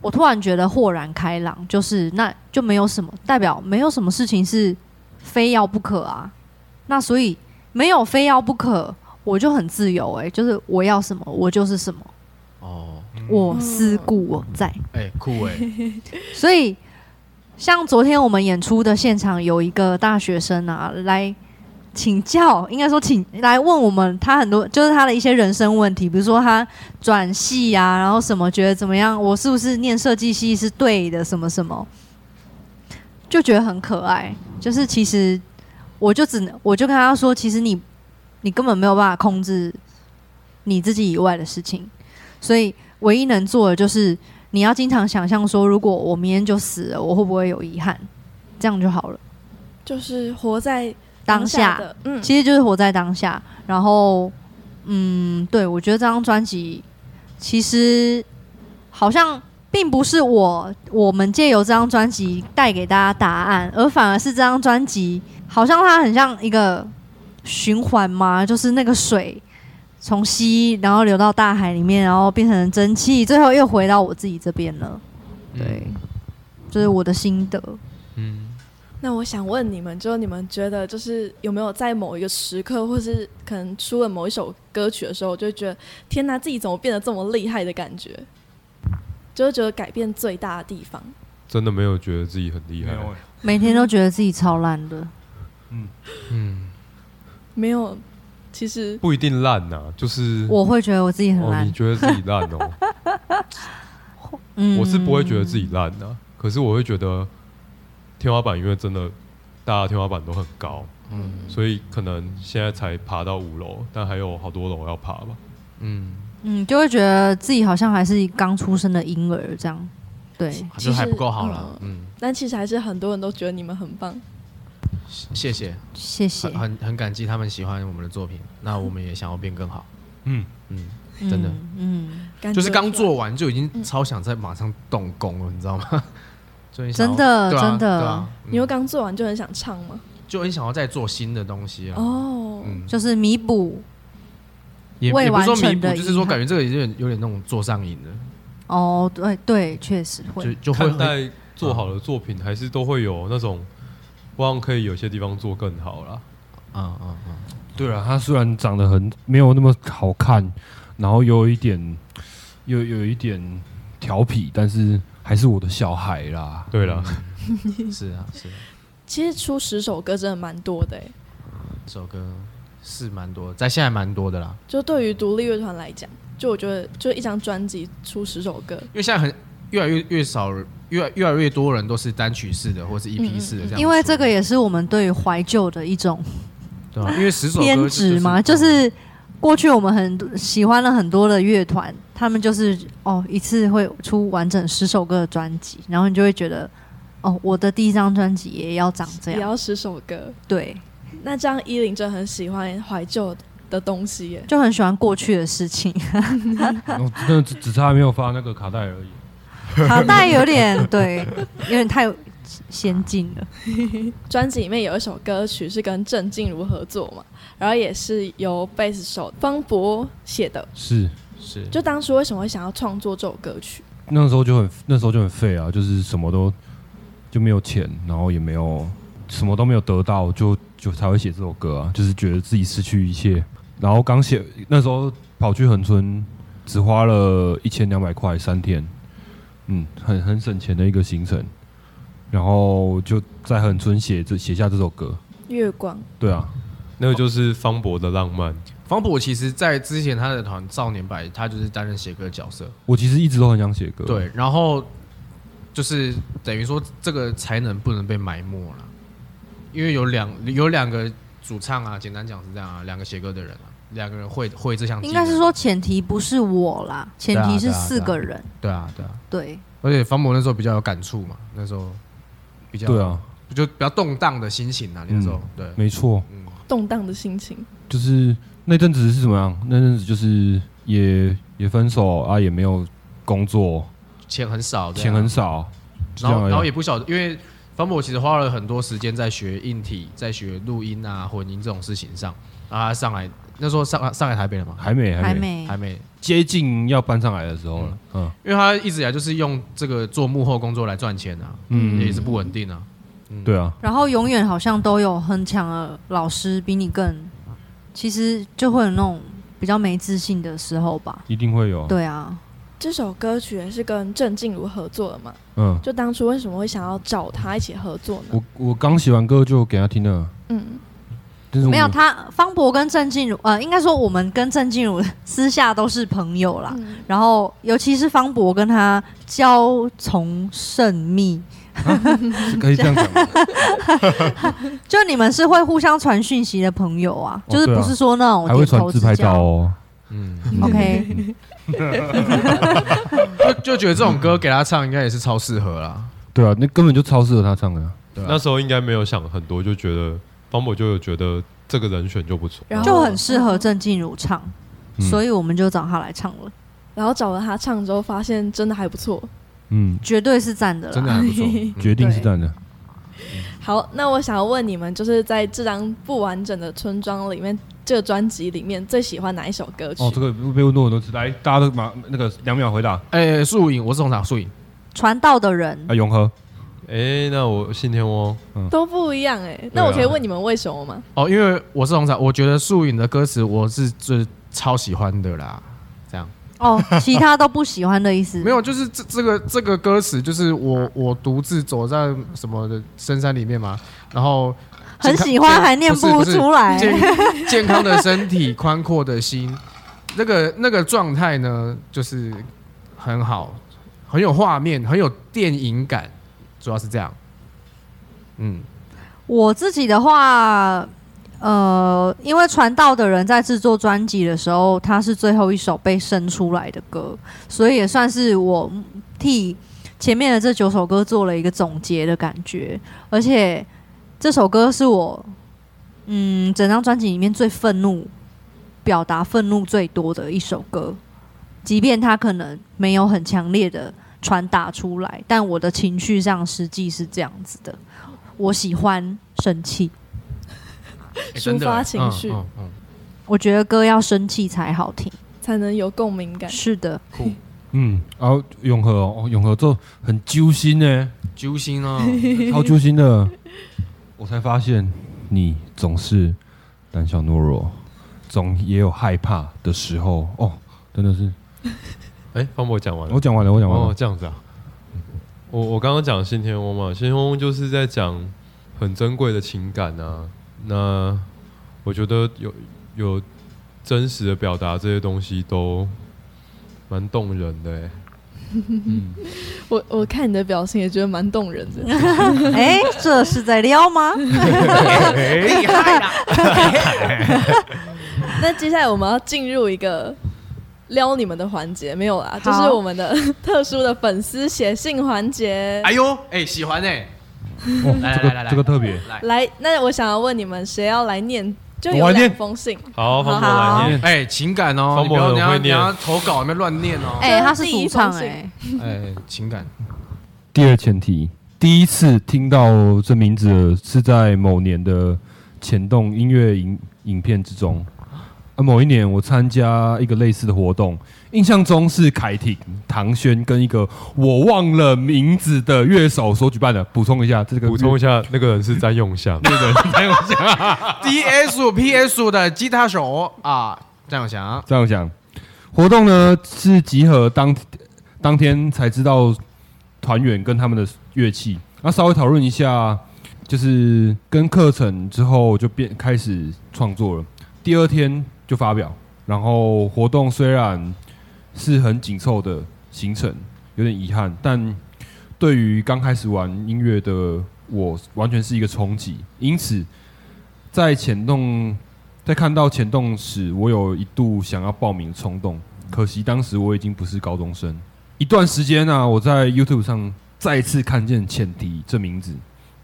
[SPEAKER 3] 我突然觉得豁然开朗，就是那就没有什么代表，没有什么事情是非要不可啊。那所以没有非要不可，我就很自由、哎，就是我要什么，我就是什么，
[SPEAKER 6] 哦，
[SPEAKER 3] 我思故我在。
[SPEAKER 6] 哎、酷 哎、
[SPEAKER 3] 所以，像昨天我们演出的现场，有一个大学生啊，来请教，应该说请来问我们他很多，就是他的一些人生问题，比如说他转系啊，然后什么觉得怎么样，我是不是念设计系是对的，什么什么，就觉得很可爱。就是其实我就只能，我就跟他说，其实你你根本没有办法控制你自己以外的事情，所以唯一能做的就是。你要经常想象说，如果我明天就死了，我会不会有遗憾？这样就好了。
[SPEAKER 2] 就是活在
[SPEAKER 3] 当下，
[SPEAKER 2] 的，嗯，
[SPEAKER 3] 其实就是活在当下。然后，嗯，对我觉得这张专辑其实嗯好像并不是我我们借由这张专辑带给大家答案，而反而是这张专辑好像它很像一个循环嘛，就是那个水从溪然后流到大海里面，然后变成蒸汽，最后又回到我自己这边了。
[SPEAKER 6] 嗯
[SPEAKER 3] 对，这、是我的心得。
[SPEAKER 4] 嗯，
[SPEAKER 2] 那我想问你们，就是你们觉得，就是有没有在某一个时刻，或是可能出了某一首歌曲的时候，就会觉得天哪，自己怎么变得这么厉害的感觉？就是觉得改变最大的地方。
[SPEAKER 4] 真的没有觉得自己很厉
[SPEAKER 5] 没
[SPEAKER 4] 害
[SPEAKER 5] 有，欸
[SPEAKER 3] 每天都觉得自己超烂的，
[SPEAKER 6] 嗯，
[SPEAKER 2] 没有，其实
[SPEAKER 4] 不一定烂呐，就是
[SPEAKER 3] 我会觉得我自己很
[SPEAKER 4] 哦，
[SPEAKER 3] 烂
[SPEAKER 4] 你。觉得自己烂哦，
[SPEAKER 3] 嗯
[SPEAKER 4] 我是不会觉得自己烂的、啊可是我会觉得天花板因为真的大家天花板都很高，嗯，所以可能现在才爬到五楼，但还有好多楼要爬吧。
[SPEAKER 6] 嗯，
[SPEAKER 3] 嗯，就会觉得自己好像还是刚出生的婴儿这样。对，
[SPEAKER 6] 就还不够好了，嗯，
[SPEAKER 2] 但其实还是很多人都觉得你们很棒。
[SPEAKER 6] 谢谢，
[SPEAKER 3] 谢谢
[SPEAKER 6] 很。很很感激他们喜欢我们的作品，那我们也想要变更好，
[SPEAKER 5] 嗯，
[SPEAKER 6] 嗯，真的。
[SPEAKER 3] 嗯，
[SPEAKER 2] 感觉
[SPEAKER 6] 就是刚
[SPEAKER 2] 出来
[SPEAKER 6] 做完就已经超想在马上动工了，你知道吗？ 就很想要
[SPEAKER 3] 真的
[SPEAKER 6] 对啊
[SPEAKER 3] 真的
[SPEAKER 6] 对啊，嗯
[SPEAKER 2] 你又刚做完就很想唱吗？
[SPEAKER 6] 就很想要再做新的东西啊。
[SPEAKER 2] 哦，
[SPEAKER 6] 嗯，
[SPEAKER 3] 就是弥补
[SPEAKER 6] 也
[SPEAKER 3] 未
[SPEAKER 6] 也不是说
[SPEAKER 3] 完成
[SPEAKER 6] 弥补，
[SPEAKER 3] 的
[SPEAKER 6] 就
[SPEAKER 3] 遗
[SPEAKER 6] 是说
[SPEAKER 3] 憾
[SPEAKER 6] 感觉这个有点有点那种做上瘾的，
[SPEAKER 3] 哦，对对，确实
[SPEAKER 6] 就
[SPEAKER 3] 会。
[SPEAKER 6] 就会啊
[SPEAKER 4] 看待做好的作品，还是都会有那种，望可以有些地方做更好啦。
[SPEAKER 6] 嗯嗯嗯，
[SPEAKER 5] 对了，他虽然长得很没有那么好看，然后有一点又有一点调皮，但是还是我的小孩啦。
[SPEAKER 4] 对啦，
[SPEAKER 6] 嗯是啊是啊，
[SPEAKER 2] 其实出十首歌真的蛮多的诶，欸
[SPEAKER 6] 这首歌是蛮多，在现在蛮多的啦，
[SPEAKER 2] 就对于独立乐团来讲，就我觉得就一张专辑出十首歌，
[SPEAKER 6] 因为现在很越来越越少人，越来越来越多人都是单曲式的或是
[SPEAKER 2] 嗯
[SPEAKER 6] EP 式的这样出，
[SPEAKER 3] 因为这个也是我们对于怀旧的一种
[SPEAKER 6] 对啊，因为十首歌就嗯
[SPEAKER 3] 偏执嘛，就。是过去我们很多喜欢了很多的乐团，他们就是哦一次会出完整十首歌的专辑，然后你就会觉得哦哦，我的第一张专辑也要长这
[SPEAKER 2] 也
[SPEAKER 3] 样，
[SPEAKER 2] 要十首歌。
[SPEAKER 3] 对，
[SPEAKER 2] 那这样依林真的很喜欢怀旧的东西耶。
[SPEAKER 3] 就很喜欢过去的事 情。
[SPEAKER 5] 我真的只只差没有发那个卡带而已。
[SPEAKER 3] 卡带有点对，有点太先 进了。
[SPEAKER 2] 专辑里面有一首歌曲是跟郑静茹合作嘛，然后也是由贝斯手方博写的。
[SPEAKER 5] 是，
[SPEAKER 6] 是
[SPEAKER 2] 就当初为什么会想要创作这首歌曲？
[SPEAKER 5] 那时候就很那时候就很废啊，就是什么都就没有钱，然后也没有什么都没有得到，就就才会写这首歌啊，就是觉得自己失去一切。然后刚写那时候跑去恒村，只花了一千两百块三天，嗯，很很省钱的一个行程。然后就在恒村写这写下这首歌，
[SPEAKER 2] 月光，
[SPEAKER 5] 对啊，
[SPEAKER 4] 那个就是方博的浪漫，
[SPEAKER 6] 方博其实，在之前他的团少年白，他就是担任写歌的角色。
[SPEAKER 5] 我其实一直都很想写歌，
[SPEAKER 6] 对，然后就是等于说这个才能不能被埋没了，因为有两有两个主唱啊，简单讲是这样啊，两个写歌的人啊，两个人会会这项技
[SPEAKER 3] 应
[SPEAKER 6] 能，
[SPEAKER 3] 该是说前提不是我啦，前提是四个人。
[SPEAKER 6] 啊对啊对啊，
[SPEAKER 3] 对，
[SPEAKER 6] 而且方博那时候比较有感触嘛，那时候比较
[SPEAKER 5] 对，啊，嗯
[SPEAKER 6] 就比较动荡的心情啊，那时候、对，
[SPEAKER 5] 没错。
[SPEAKER 6] 嗯，
[SPEAKER 2] 动荡的心情，
[SPEAKER 5] 就是那阵子是怎么样？那阵子就是也也分手啊，也没有工作，
[SPEAKER 6] 钱很少，对啊
[SPEAKER 5] 钱很少，就
[SPEAKER 6] 然
[SPEAKER 5] 这样
[SPEAKER 6] 后
[SPEAKER 5] 而已啊
[SPEAKER 6] 然后也不晓得，因为方博其实花了很多时间在学硬体，在学录音啊、混音这种事情上。啊，他上来那时候上上来台北了嘛，
[SPEAKER 5] 还没
[SPEAKER 3] 还
[SPEAKER 5] 没
[SPEAKER 3] 没
[SPEAKER 6] 还没，
[SPEAKER 5] 接近要搬上来的时候了，嗯
[SPEAKER 6] 因为他一直以来就是用这个做幕后工作来赚钱啊，
[SPEAKER 5] 嗯
[SPEAKER 6] 也是不稳定啊。
[SPEAKER 5] 对啊，
[SPEAKER 3] 然后永远好像都有很强的老师比你更，其实就会有那种比较没自信的时候吧。
[SPEAKER 5] 一定会有，
[SPEAKER 3] 对啊，
[SPEAKER 2] 这首歌曲也是跟郑静茹合作的嘛？
[SPEAKER 5] 嗯，
[SPEAKER 2] 就当初为什么会想要找她一起合作呢？
[SPEAKER 5] 我我刚写完歌就给他听了，
[SPEAKER 2] 嗯，
[SPEAKER 5] 但是我
[SPEAKER 3] 没有他，方博跟郑静茹，呃，应该说我们跟郑静茹私下都是朋友啦。
[SPEAKER 2] 嗯
[SPEAKER 3] 然后，尤其是方博跟他交从甚密，
[SPEAKER 5] 是 可以这样讲 的，
[SPEAKER 3] 就你们是会互相传讯息的朋友啊，
[SPEAKER 5] 哦
[SPEAKER 3] 就是
[SPEAKER 5] 对啊
[SPEAKER 3] 不是说那种
[SPEAKER 5] 还会
[SPEAKER 3] 点
[SPEAKER 5] 传
[SPEAKER 3] 头
[SPEAKER 5] 自
[SPEAKER 3] 之
[SPEAKER 5] 拍
[SPEAKER 3] 交
[SPEAKER 5] 照哦，
[SPEAKER 6] 嗯，
[SPEAKER 5] 嗯
[SPEAKER 3] OK
[SPEAKER 5] 嗯
[SPEAKER 6] 就就觉得这种歌给他唱应该也是超适合啦。
[SPEAKER 5] 对啊，那根本就超适合他唱的啊，
[SPEAKER 6] 对啊
[SPEAKER 4] 那时候应该没有想很多，就觉得方博就有觉得这个人选就不错，
[SPEAKER 2] 然后
[SPEAKER 3] 就很适合郑静茹唱，
[SPEAKER 5] 嗯
[SPEAKER 3] 所以我们就找她来唱了，
[SPEAKER 2] 然后找了她唱之后，发现真的还不错。
[SPEAKER 5] 嗯，
[SPEAKER 3] 绝对是赞的 啦。
[SPEAKER 6] 真的还不错。嗯
[SPEAKER 5] 决定是这样的，
[SPEAKER 2] 好，那我想要问你们，就是在这张不完整的村庄里面，这个专辑里面最喜欢哪一首歌曲？
[SPEAKER 5] 哦，这个被问过很多次，来，大家都马那个两秒回答
[SPEAKER 6] 哎，树影，我是红场树影，
[SPEAKER 3] 传道的人
[SPEAKER 5] 啊，永和，
[SPEAKER 4] 哎、那我信天翁
[SPEAKER 2] 都不一样哎、那我可以问你们为什么吗？
[SPEAKER 6] 哦，因为我是红场，我觉得树影的歌词我是最超喜欢的啦。这样
[SPEAKER 3] 哦，其他都不喜欢的意思。
[SPEAKER 6] 没有，就是这这个这个歌词，就是我我独自走在什么的深山里面嘛，然后
[SPEAKER 3] 很喜欢还念不出来
[SPEAKER 6] 健 健健康的身体，宽阔的心，那个那个状态呢，就是很好，很有画面，很有电影感，主要是这样。嗯，
[SPEAKER 3] 我自己的话，呃，因为传道的人在制作专辑的时候，他是最后一首被生出来的歌，所以也算是我替前面的这九首歌做了一个总结的感觉。而且这首歌是我，嗯，整张专辑里面最愤怒、表达愤怒最多的一首歌，即便它可能没有很强烈的。传达出来，但我的情绪上实际是这样子的。我喜欢生气，
[SPEAKER 6] 欸
[SPEAKER 2] 抒发情绪、
[SPEAKER 6] 嗯嗯
[SPEAKER 3] 我觉得歌要生气才好听。
[SPEAKER 2] 才能有共鸣感。
[SPEAKER 3] 是 的，
[SPEAKER 5] 嗯，然后永和哦，哦永和这很揪心呢。
[SPEAKER 6] 嗯，揪心 哦，
[SPEAKER 5] 超揪心的。我才发现，你总是胆小懦弱，总也有害怕的时候。哦，真的是，
[SPEAKER 4] 哎、方博讲完了
[SPEAKER 5] 我。讲完了，我讲完
[SPEAKER 4] 哦
[SPEAKER 5] 了，。
[SPEAKER 4] 这样子啊。我我刚刚讲信天翁嘛，信天翁就是在讲很珍贵的情感啊。那我觉得有有真实的表达这些东西都蛮动人的、欸。
[SPEAKER 2] 我我看你的表情也觉得蛮动人的。
[SPEAKER 3] 哎、这是在撩 吗？
[SPEAKER 6] 哎厉害 啦！
[SPEAKER 2] 那接下来我们要进入一个撩你们的环节，没有啦，就是我们的特殊的粉丝写信环节。
[SPEAKER 6] 哎呦，哎、喜欢哎、
[SPEAKER 5] 哦，
[SPEAKER 6] 来来来
[SPEAKER 5] 这个
[SPEAKER 6] 来
[SPEAKER 5] 这个特别，
[SPEAKER 6] 来，
[SPEAKER 2] 来，那我想要问你们，谁要来念？就
[SPEAKER 5] 我
[SPEAKER 2] 有
[SPEAKER 5] 来念
[SPEAKER 2] 两封信，
[SPEAKER 4] 好，方博
[SPEAKER 2] 好
[SPEAKER 4] 来念。
[SPEAKER 6] 哎，情感哦，
[SPEAKER 4] 方
[SPEAKER 6] 你不要
[SPEAKER 4] 博
[SPEAKER 6] 你
[SPEAKER 4] 很
[SPEAKER 6] 要
[SPEAKER 4] 会
[SPEAKER 6] 你
[SPEAKER 4] 念
[SPEAKER 6] 要投稿，没乱念哦。
[SPEAKER 3] 哎、他是主唱哎、
[SPEAKER 6] 哎，情感，
[SPEAKER 5] 第二前提，第一次听到这名字是在某年的前动音乐影影片之中。啊，某一年我参加一个类似的活动，印象中是凯婷、唐轩跟一个我忘了名字的乐手所举办的。补充一下，这个
[SPEAKER 4] 补充一下，那个人是詹永祥，
[SPEAKER 5] 那个人张永祥，
[SPEAKER 6] D S P S 的吉他手啊，张永祥，
[SPEAKER 5] 张永祥活动呢是集合当当天才知道团员跟他们的乐器，那稍微讨论一下，就是跟课程之后就变开始创作了。第二天就发表，然后活动虽然是很紧凑的行程，有点遗憾，但对于刚开始玩音乐的我，完全是一个冲击。因此，在浅动，在看到浅动时，我有一度想要报名的冲动，可惜当时我已经不是高中生。一段时间呢、我在 YouTube 上再次看见“浅提”这名字，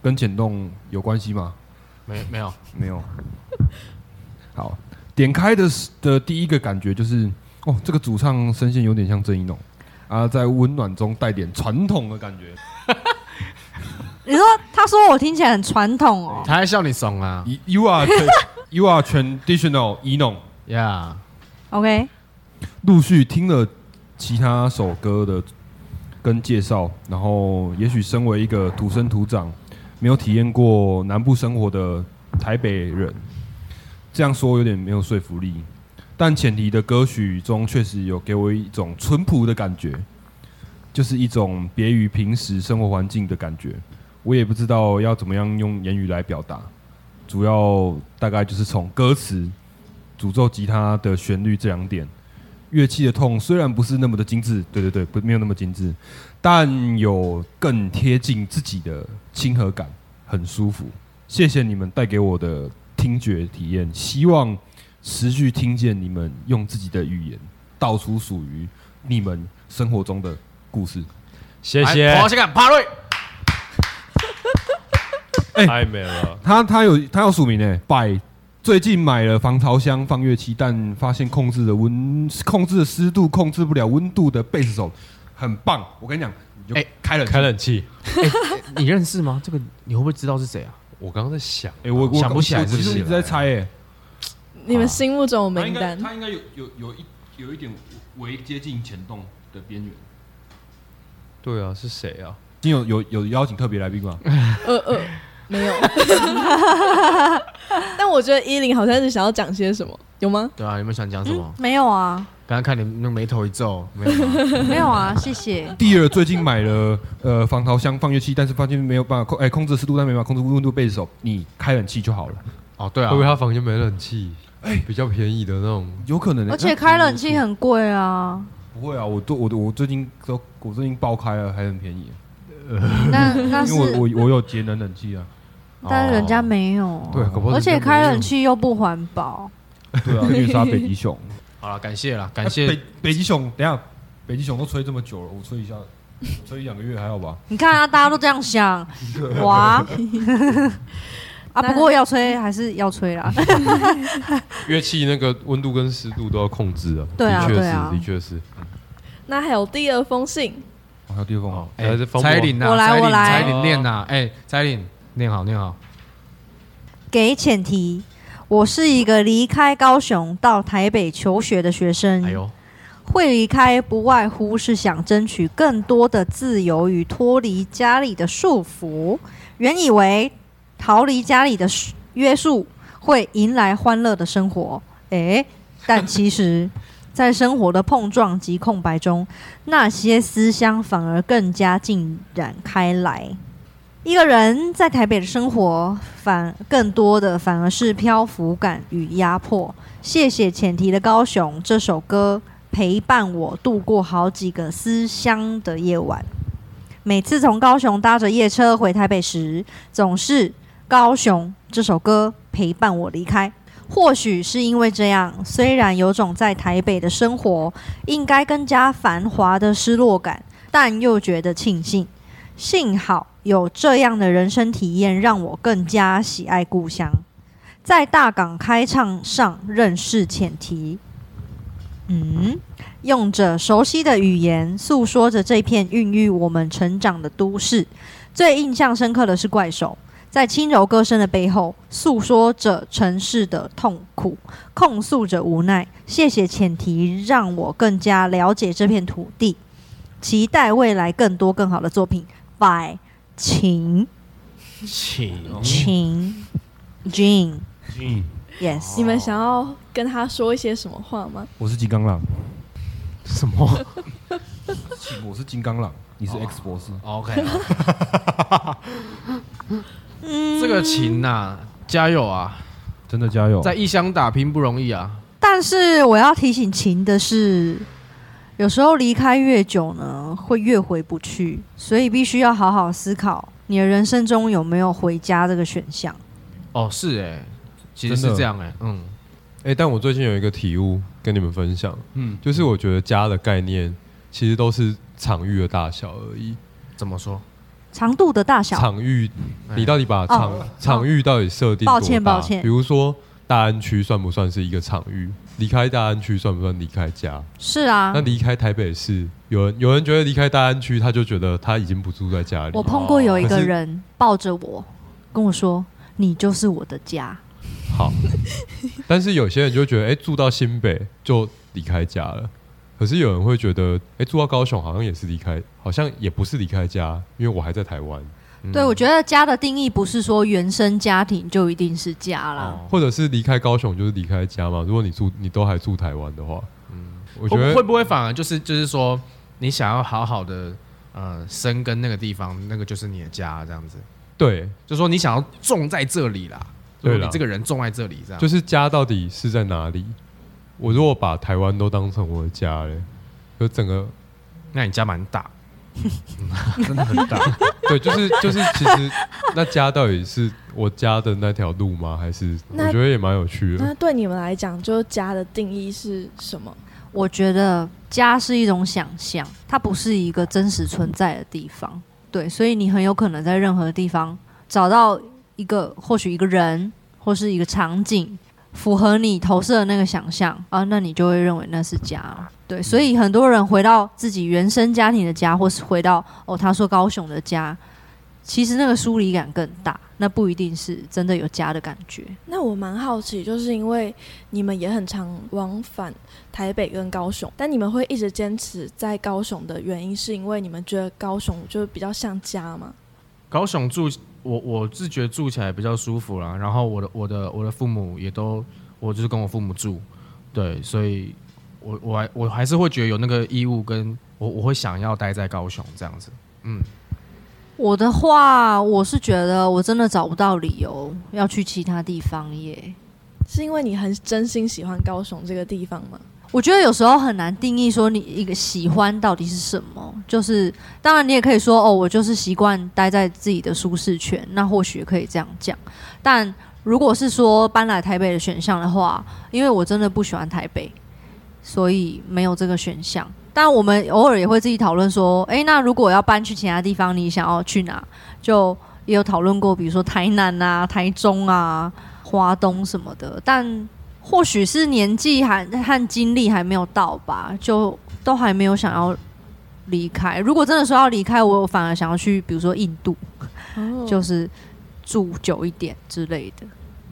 [SPEAKER 5] 跟浅动有关系吗？
[SPEAKER 6] 没没有，
[SPEAKER 5] 没有。 好，点开的时的第一个感觉就是，哦，这个主唱声线有点像郑一农啊，在温暖中带点传统的感觉，
[SPEAKER 3] 你说他说我听起来很传统哦，
[SPEAKER 6] 他还笑你怂啊
[SPEAKER 5] You- You are tra- you are traditional 一弄。
[SPEAKER 6] 呀
[SPEAKER 3] OK，
[SPEAKER 5] 陆续听了其他首歌的跟介绍，然后也许身为一个土生土长、没有体验过南部生活的台北人，这样说有点没有说服力。但浅提的歌曲中确实有给我一种淳朴的感觉，就是一种别于平时生活环境的感觉。我也不知道要怎么样用言语来表达，主要大概就是从歌词、诅咒吉他的旋律这两点。乐器的痛虽然不是那么的精致，对对对，不没有那么精致，但有更贴近自己的亲和感，很舒服。谢谢你们带给我的听觉体验，希望持续听见你们用自己的语言道出属于你们生活中的故事。
[SPEAKER 4] 谢
[SPEAKER 6] 来
[SPEAKER 4] 谢
[SPEAKER 6] 哎跑，下看帕瑞，
[SPEAKER 4] 太美了。
[SPEAKER 5] 他他有他有署名诶，百最近买了防潮箱放乐器，但发现控制的温控制的湿度控制不了温度的贝斯手很棒。我跟你讲，你就
[SPEAKER 6] 哎
[SPEAKER 5] 开冷气
[SPEAKER 4] 开冷气，
[SPEAKER 6] 你认识吗？这个你会不会知道是谁啊？
[SPEAKER 4] 我刚刚在想，
[SPEAKER 5] 哎、我我
[SPEAKER 6] 想不起来
[SPEAKER 5] 我
[SPEAKER 6] 是不
[SPEAKER 5] 其实
[SPEAKER 6] 是
[SPEAKER 5] 一直在猜、哎，
[SPEAKER 2] 你们心目中有
[SPEAKER 5] 啊他应
[SPEAKER 2] 名
[SPEAKER 5] 该
[SPEAKER 2] 单。
[SPEAKER 5] 他应该有有有一有一点为接近前动的边缘。
[SPEAKER 4] 对啊，是谁啊？
[SPEAKER 5] 你有有有邀请特别来宾吗？
[SPEAKER 2] 呃呃，没有。但我觉得依林好像是想要讲些什么，有吗？
[SPEAKER 6] 对啊，有没有想讲什么？
[SPEAKER 3] 没有啊，
[SPEAKER 6] 刚刚看你那眉头一皱，没有吗？
[SPEAKER 3] 没有啊， 谢谢。
[SPEAKER 5] 第二，最近买了呃防潮箱放乐器，但是发现没有办法控哎、控制湿度，但没办法控制温度贝斯手，你开冷气就好了。
[SPEAKER 6] 哦，对
[SPEAKER 4] 会
[SPEAKER 6] 啊
[SPEAKER 4] 不，会他房间没冷气？
[SPEAKER 5] 哎
[SPEAKER 4] 比较便宜的那种。
[SPEAKER 5] 有可能、欸
[SPEAKER 3] 而且开冷气很贵啊，
[SPEAKER 5] 不会啊，我都我都我最近都我最近爆开了，还很便宜，
[SPEAKER 3] 那 那
[SPEAKER 5] 因为我
[SPEAKER 3] 是
[SPEAKER 5] 我我有节能冷气啊。啊
[SPEAKER 3] 但是人家没有，
[SPEAKER 4] 对，搞不好
[SPEAKER 3] 而
[SPEAKER 4] 人家没
[SPEAKER 3] 且
[SPEAKER 4] 有
[SPEAKER 3] 开冷气又不环保。
[SPEAKER 5] 对啊，虐杀北极 熊，
[SPEAKER 6] 好了，感谢了，感
[SPEAKER 5] 哎
[SPEAKER 6] 谢
[SPEAKER 5] 北北极熊。等一下，北极熊都吹这么久了，我吹一下，吹一两个月还好吧？
[SPEAKER 3] 你看啊，大家都这样 想， 哇啊！不过要吹还是要吹啦，
[SPEAKER 4] 乐器那个温度跟湿度都要控制啊。
[SPEAKER 3] 对啊
[SPEAKER 4] 的确
[SPEAKER 3] 对啊
[SPEAKER 4] 是，的确是。
[SPEAKER 2] 那还有第二封信，
[SPEAKER 5] 哦还有第二封啊，
[SPEAKER 6] 哎
[SPEAKER 4] 还是方博
[SPEAKER 6] 彩铃呐，
[SPEAKER 3] 我来
[SPEAKER 6] 彩铃
[SPEAKER 3] 我来
[SPEAKER 6] 彩铃念呐，哎，彩铃念好念好，
[SPEAKER 3] 给前提，我是一个离开高雄到台北求学的学生。
[SPEAKER 6] 哎呦，
[SPEAKER 3] 会离开不外乎是想争取更多的自由与脱离家里的束缚。原以为逃离家里的束约束会迎来欢乐的生活，诶，但其实，在生活的碰撞及空白中，那些思乡反而更加浸染开来。一个人在台北的生活，反更多的反而是漂浮感与压迫。谢谢前提的高雄这首歌，陪伴我度过好几个思乡的夜晚。每次从高雄搭着夜车回台北时，总是《高雄》这首歌陪伴我离开。或许是因为这样，虽然有种在台北的生活应该更加繁华的失落感，但又觉得庆幸。幸好有这样的人生体验，让我更加喜爱故乡。在大港开唱上认识浅提，嗯，用着熟悉的语言诉说着这片孕育我们成长的都市。最印象深刻的是怪兽，在轻柔歌声的背后，诉说着城市的痛苦，控诉着无奈。谢谢浅提，让我更加了解这片土地，期待未来更多更好的作品。by 秦
[SPEAKER 6] 请
[SPEAKER 3] 秦 Jean
[SPEAKER 5] 嗯，
[SPEAKER 3] yes，
[SPEAKER 2] 你们想要跟他说一些什么话吗？
[SPEAKER 5] 我是金刚狼，
[SPEAKER 6] 什么
[SPEAKER 5] 请 我是金刚狼，你是 X 博士，
[SPEAKER 6] ？OK，这
[SPEAKER 3] 嗯
[SPEAKER 6] 个情呐，加油啊！
[SPEAKER 5] 真的加油！
[SPEAKER 6] 在异乡打拼不容易啊。
[SPEAKER 3] 但是我要提醒秦的是，有时候离开越久呢，会越回不去，所以必须要好好思考你的人生中有没有回家这个选项。
[SPEAKER 6] 哦，是哎、其实
[SPEAKER 5] 真
[SPEAKER 6] 是
[SPEAKER 5] 的
[SPEAKER 6] 这样哎、嗯，
[SPEAKER 4] 哎、但我最近有一个体悟跟你们分享，
[SPEAKER 5] 嗯，
[SPEAKER 4] 就是我觉得家的概念其实都是场域的大小而已。
[SPEAKER 6] 怎么说？
[SPEAKER 3] 长度的大小，
[SPEAKER 4] 场域，你到底把场、
[SPEAKER 3] 哦
[SPEAKER 4] 场域到底设定多大
[SPEAKER 3] 抱歉抱歉
[SPEAKER 4] 比如说大安区算不算是一个场域？离开大安区算不算离开家？
[SPEAKER 3] 是啊
[SPEAKER 4] 那，离开台北市，有人有人觉得离开大安区，他就觉得他已经不住在家里
[SPEAKER 3] 我。碰过有一
[SPEAKER 4] 可
[SPEAKER 3] 个
[SPEAKER 4] 是
[SPEAKER 3] 人抱着我跟我说：“你就是我的家。
[SPEAKER 4] 好，但是有些人就觉得，哎、住到新北就离开家了。可是有人会觉得，哎、住到高雄好像也是离开，好像也不是离开家，因为我还在台湾，
[SPEAKER 6] 嗯
[SPEAKER 3] 对，我觉得家的定义不是说原生家庭就一定是家啦。
[SPEAKER 6] 哦
[SPEAKER 4] 或者是离开高雄就是离开家嘛。如果你住你都还住台湾的话，嗯，我觉
[SPEAKER 6] 会
[SPEAKER 4] 得
[SPEAKER 6] 会不会反而就是就是说，你想要好好的呃生根那个地方，那个就是你的家这样子，
[SPEAKER 4] 对，
[SPEAKER 6] 就说你想要种在这里啦，
[SPEAKER 4] 对啦
[SPEAKER 6] 就是你这个人种在这里这样，
[SPEAKER 4] 就是家到底是在哪里？我如果把台湾都当成我的家嘞，就整个
[SPEAKER 6] 那你家蛮大，
[SPEAKER 5] 真的很大，
[SPEAKER 4] 对，就是就是，其实 那家到底是我家的那条路吗？还是
[SPEAKER 2] 那
[SPEAKER 4] 我觉得也蛮有趣的。
[SPEAKER 2] 那对你们来讲，就是家的定义是什么？
[SPEAKER 3] 我觉得家是一种想象，它不是一个真实存在的地方。对，所以你很有可能在任何地方找到一个，或许一个人，或是一个场景，符合你投射的那个想象啊，那你就会认为那是家。对，所以很多人回到自己原生家庭的家，或是回到哦，他说高雄的家，其实那个疏离感更大，那不一定是真的有家的感觉。
[SPEAKER 2] 那我蛮好奇，就是因为你们也很常往返台北跟高雄，但你们会一直坚持在高雄的原因，是因为你们觉得高雄就是比较像家吗？
[SPEAKER 6] 高雄住我我自觉住起来比较舒服啦，然后我的我的我的父母也都我就是跟我父母住，对，所以我我还我还是会觉得有那个义务跟我我会想要待在高雄这样子，
[SPEAKER 3] 我的话，我是觉得我真的找不到理由要去其他地方耶。
[SPEAKER 2] 是因为你很真心喜欢高雄这个地方吗？
[SPEAKER 3] 我觉得有时候很难定义说你一个喜欢到底是什么。就是当然你也可以说哦，我就是习惯待在自己的舒适圈，那或许可以这样讲。但如果是说搬来台北的选项的话，因为我真的不喜欢台北，所以没有这个选项。但我们偶尔也会自己讨论说，诶，那如果要搬去其他地方，你想要去哪？就也有讨论过，比如说台南啊、台中啊、花东什么的。但或许是年纪还和经历还没有到吧，就都还没有想要离开。如果真的说要离开，我反而想要去，比如说印度，
[SPEAKER 2] 哦
[SPEAKER 3] 就是住久一点之类的。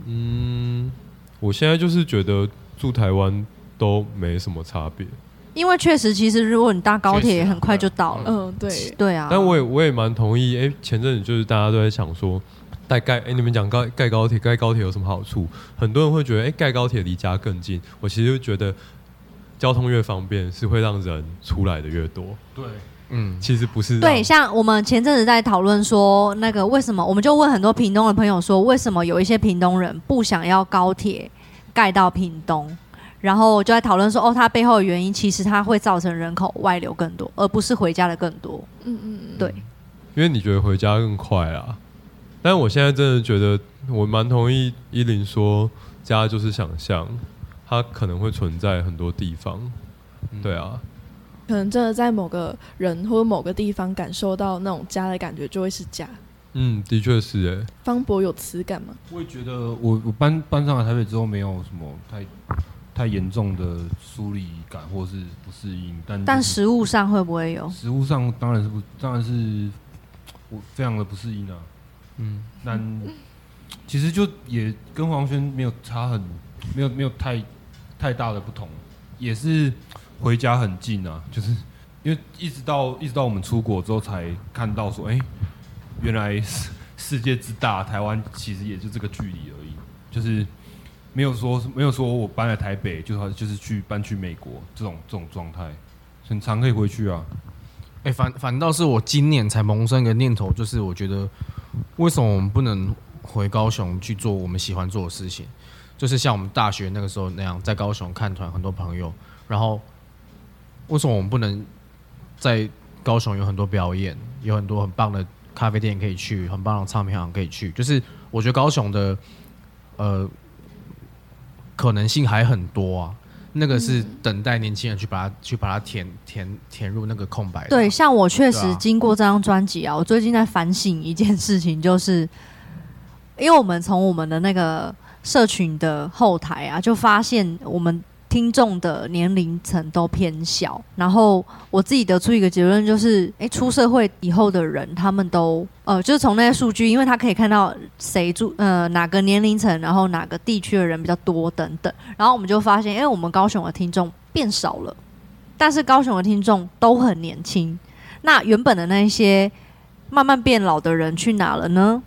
[SPEAKER 4] 嗯，我现在就是觉得住台湾都没什么差别，
[SPEAKER 3] 因为确实，其实如果你搭高
[SPEAKER 6] 确
[SPEAKER 3] 铁，
[SPEAKER 6] 实啊
[SPEAKER 3] 很快就到了。
[SPEAKER 2] 嗯，对，
[SPEAKER 3] 对啊，
[SPEAKER 4] 但我也我也蛮同意。哎、前阵子就是大家都在想说，在盖哎，你们讲盖盖高铁，盖高铁有什么好处？很多人会觉得，哎、盖高铁离家更近。我其实就觉得，交通越方便，是会让人出来的越多。
[SPEAKER 5] 对，
[SPEAKER 6] 嗯，
[SPEAKER 4] 其实不是让
[SPEAKER 3] 对，像我们前阵子在讨论说，那个为什么，我们就问很多屏东的朋友说，为什么有一些屏东人不想要高铁盖到屏东？然后我就在讨论说，哦，它背后的原因其实它会造成人口外流更多，而不是回家的更多。
[SPEAKER 2] 嗯嗯，
[SPEAKER 3] 对，
[SPEAKER 4] 因为你觉得回家更快啊。但我现在真的觉得，我蛮同意依林说，家
[SPEAKER 6] 嗯
[SPEAKER 4] 就是想象，它可能会存在很多地方。对啊，
[SPEAKER 2] 可能真的在某个人或者某个地方感受到那种家的感觉，就会是家。
[SPEAKER 4] 嗯，的确是哎、
[SPEAKER 2] 方博有此感吗？
[SPEAKER 5] 我也觉得我，我搬搬上来台北之后，没有什么太太严重的疏离感或是不适应，但
[SPEAKER 3] 但
[SPEAKER 5] 是
[SPEAKER 3] 食物上会不会有？
[SPEAKER 5] 食物上当然是不，当然是我非常的不适应啊。
[SPEAKER 4] 嗯，
[SPEAKER 5] 但其实就也跟黄轩没有差很，没有没有太太大的不同，也是回家很近啊，就是因为一直到一直到我们出国之后才看到说，哎、原来世世界之大，台湾其实也就这个距离而已，就是没有说没有说我搬来台北，就好就是去搬去美国这种这种状态，很常可以回去啊。
[SPEAKER 6] 哎、反反倒是我今年才萌生一个念头，就是我觉得为什么我们不能回高雄去做我们喜欢做的事情？就是像我们大学那个时候那样，在高雄看团，很多朋友。然后为什么我们不能在高雄有很多表演，有很多很棒的咖啡店可以去，很棒的唱片行可以去？就是我觉得高雄的呃可能性还很多啊。那个是等待年轻人去把它去把它填填填入那个空白的。啊
[SPEAKER 3] 对，像我确
[SPEAKER 6] 对
[SPEAKER 3] 实
[SPEAKER 6] 啊
[SPEAKER 3] 经过这张专辑啊，我最近在反省一件事情，就是因为我们从我们的那个社群的后台啊，就发现我们听众的年龄层都偏小，然后我自己得出一个结论，就是诶，出社会以后的人，他们都呃，就是从那些数据，因为他可以看到谁住呃哪个年龄层，然后哪个地区的人比较多等等，然后我们就发现，诶，我们高雄的听众变少了。但是高雄的听众都很年轻，那原本的那一些慢慢变老的人去哪了呢？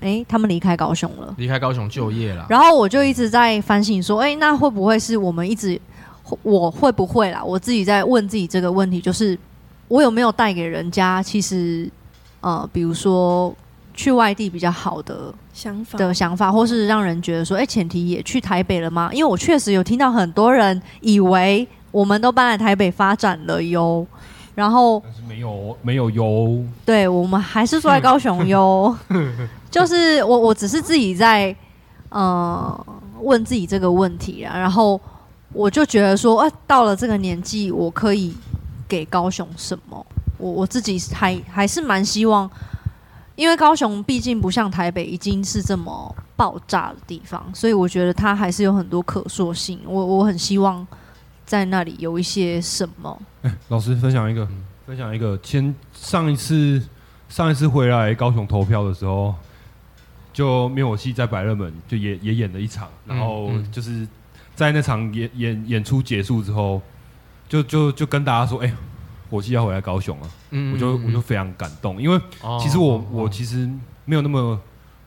[SPEAKER 3] 诶，他们离开高雄了。
[SPEAKER 6] 离开高雄就业啦。
[SPEAKER 3] 然后我就一直在反省说，诶，那会不会是我们一直我会不会啦？我自己在问自己这个问题，就是我有没有带给人家其实呃，比如说去外地比较好的
[SPEAKER 2] 想法
[SPEAKER 3] 的想法，或是让人觉得说，哎、前提也去台北了吗？因为我确实有听到很多人以为我们都搬来台北发展了哟，然后
[SPEAKER 5] 但是没有没有油，
[SPEAKER 3] 对我们还是住在高雄哟，就是我我只是自己在呃问自己这个问题啊，然后我就觉得说，啊，到了这个年纪，我可以给高雄什么？我我自己还还是蛮希望，因为高雄毕竟不像台北已经是这么爆炸的地方，所以我觉得它还是有很多可塑性。我我很希望在那里有一些什么，
[SPEAKER 5] 老师分享一个，分享一个。前上一次上一次回来高雄投票的时候，就灭火器在百乐门就也也演了一场，然后
[SPEAKER 4] 嗯嗯
[SPEAKER 5] 就是在那场演演演出结束之后，就就就跟大家说，哎、火系要回来高雄啊！
[SPEAKER 6] 嗯
[SPEAKER 5] 我就我就非常感动，因为
[SPEAKER 6] 哦
[SPEAKER 5] 其实我我其实没有那么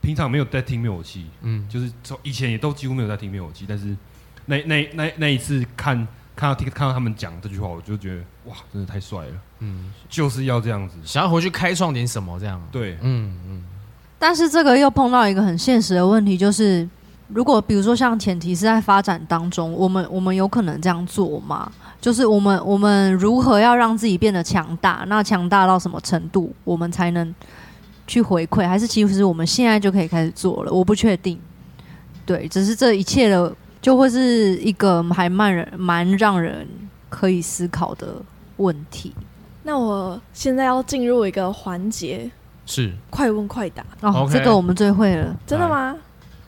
[SPEAKER 5] 平常没有在听灭火器，
[SPEAKER 6] 嗯
[SPEAKER 5] 就是从以前也都几乎没有在听灭火器，但是那那那那一次看看到听看到他们讲这句话，我就觉得哇，真的太帅了，
[SPEAKER 6] 嗯，
[SPEAKER 5] 就是要这样子。
[SPEAKER 6] 想要回去开创点什么这样。
[SPEAKER 5] 对，
[SPEAKER 6] 嗯嗯，
[SPEAKER 3] 但是这个又碰到一个很现实的问题，就是如果比如说像前提是在发展当中，我们我们有可能这样做吗？就是我们我们如何要让自己变得强大？那强大到什么程度，我们才能去回馈？还是其实我们现在就可以开始做了？我不确定。对，只是这一切的就会是一个还蛮人蛮让人可以思考的问题。
[SPEAKER 2] 那我现在要进入一个环节，
[SPEAKER 6] 是
[SPEAKER 2] 快问快答，
[SPEAKER 3] 哦
[SPEAKER 6] OK
[SPEAKER 3] 这个我们最会了。
[SPEAKER 2] 真的吗？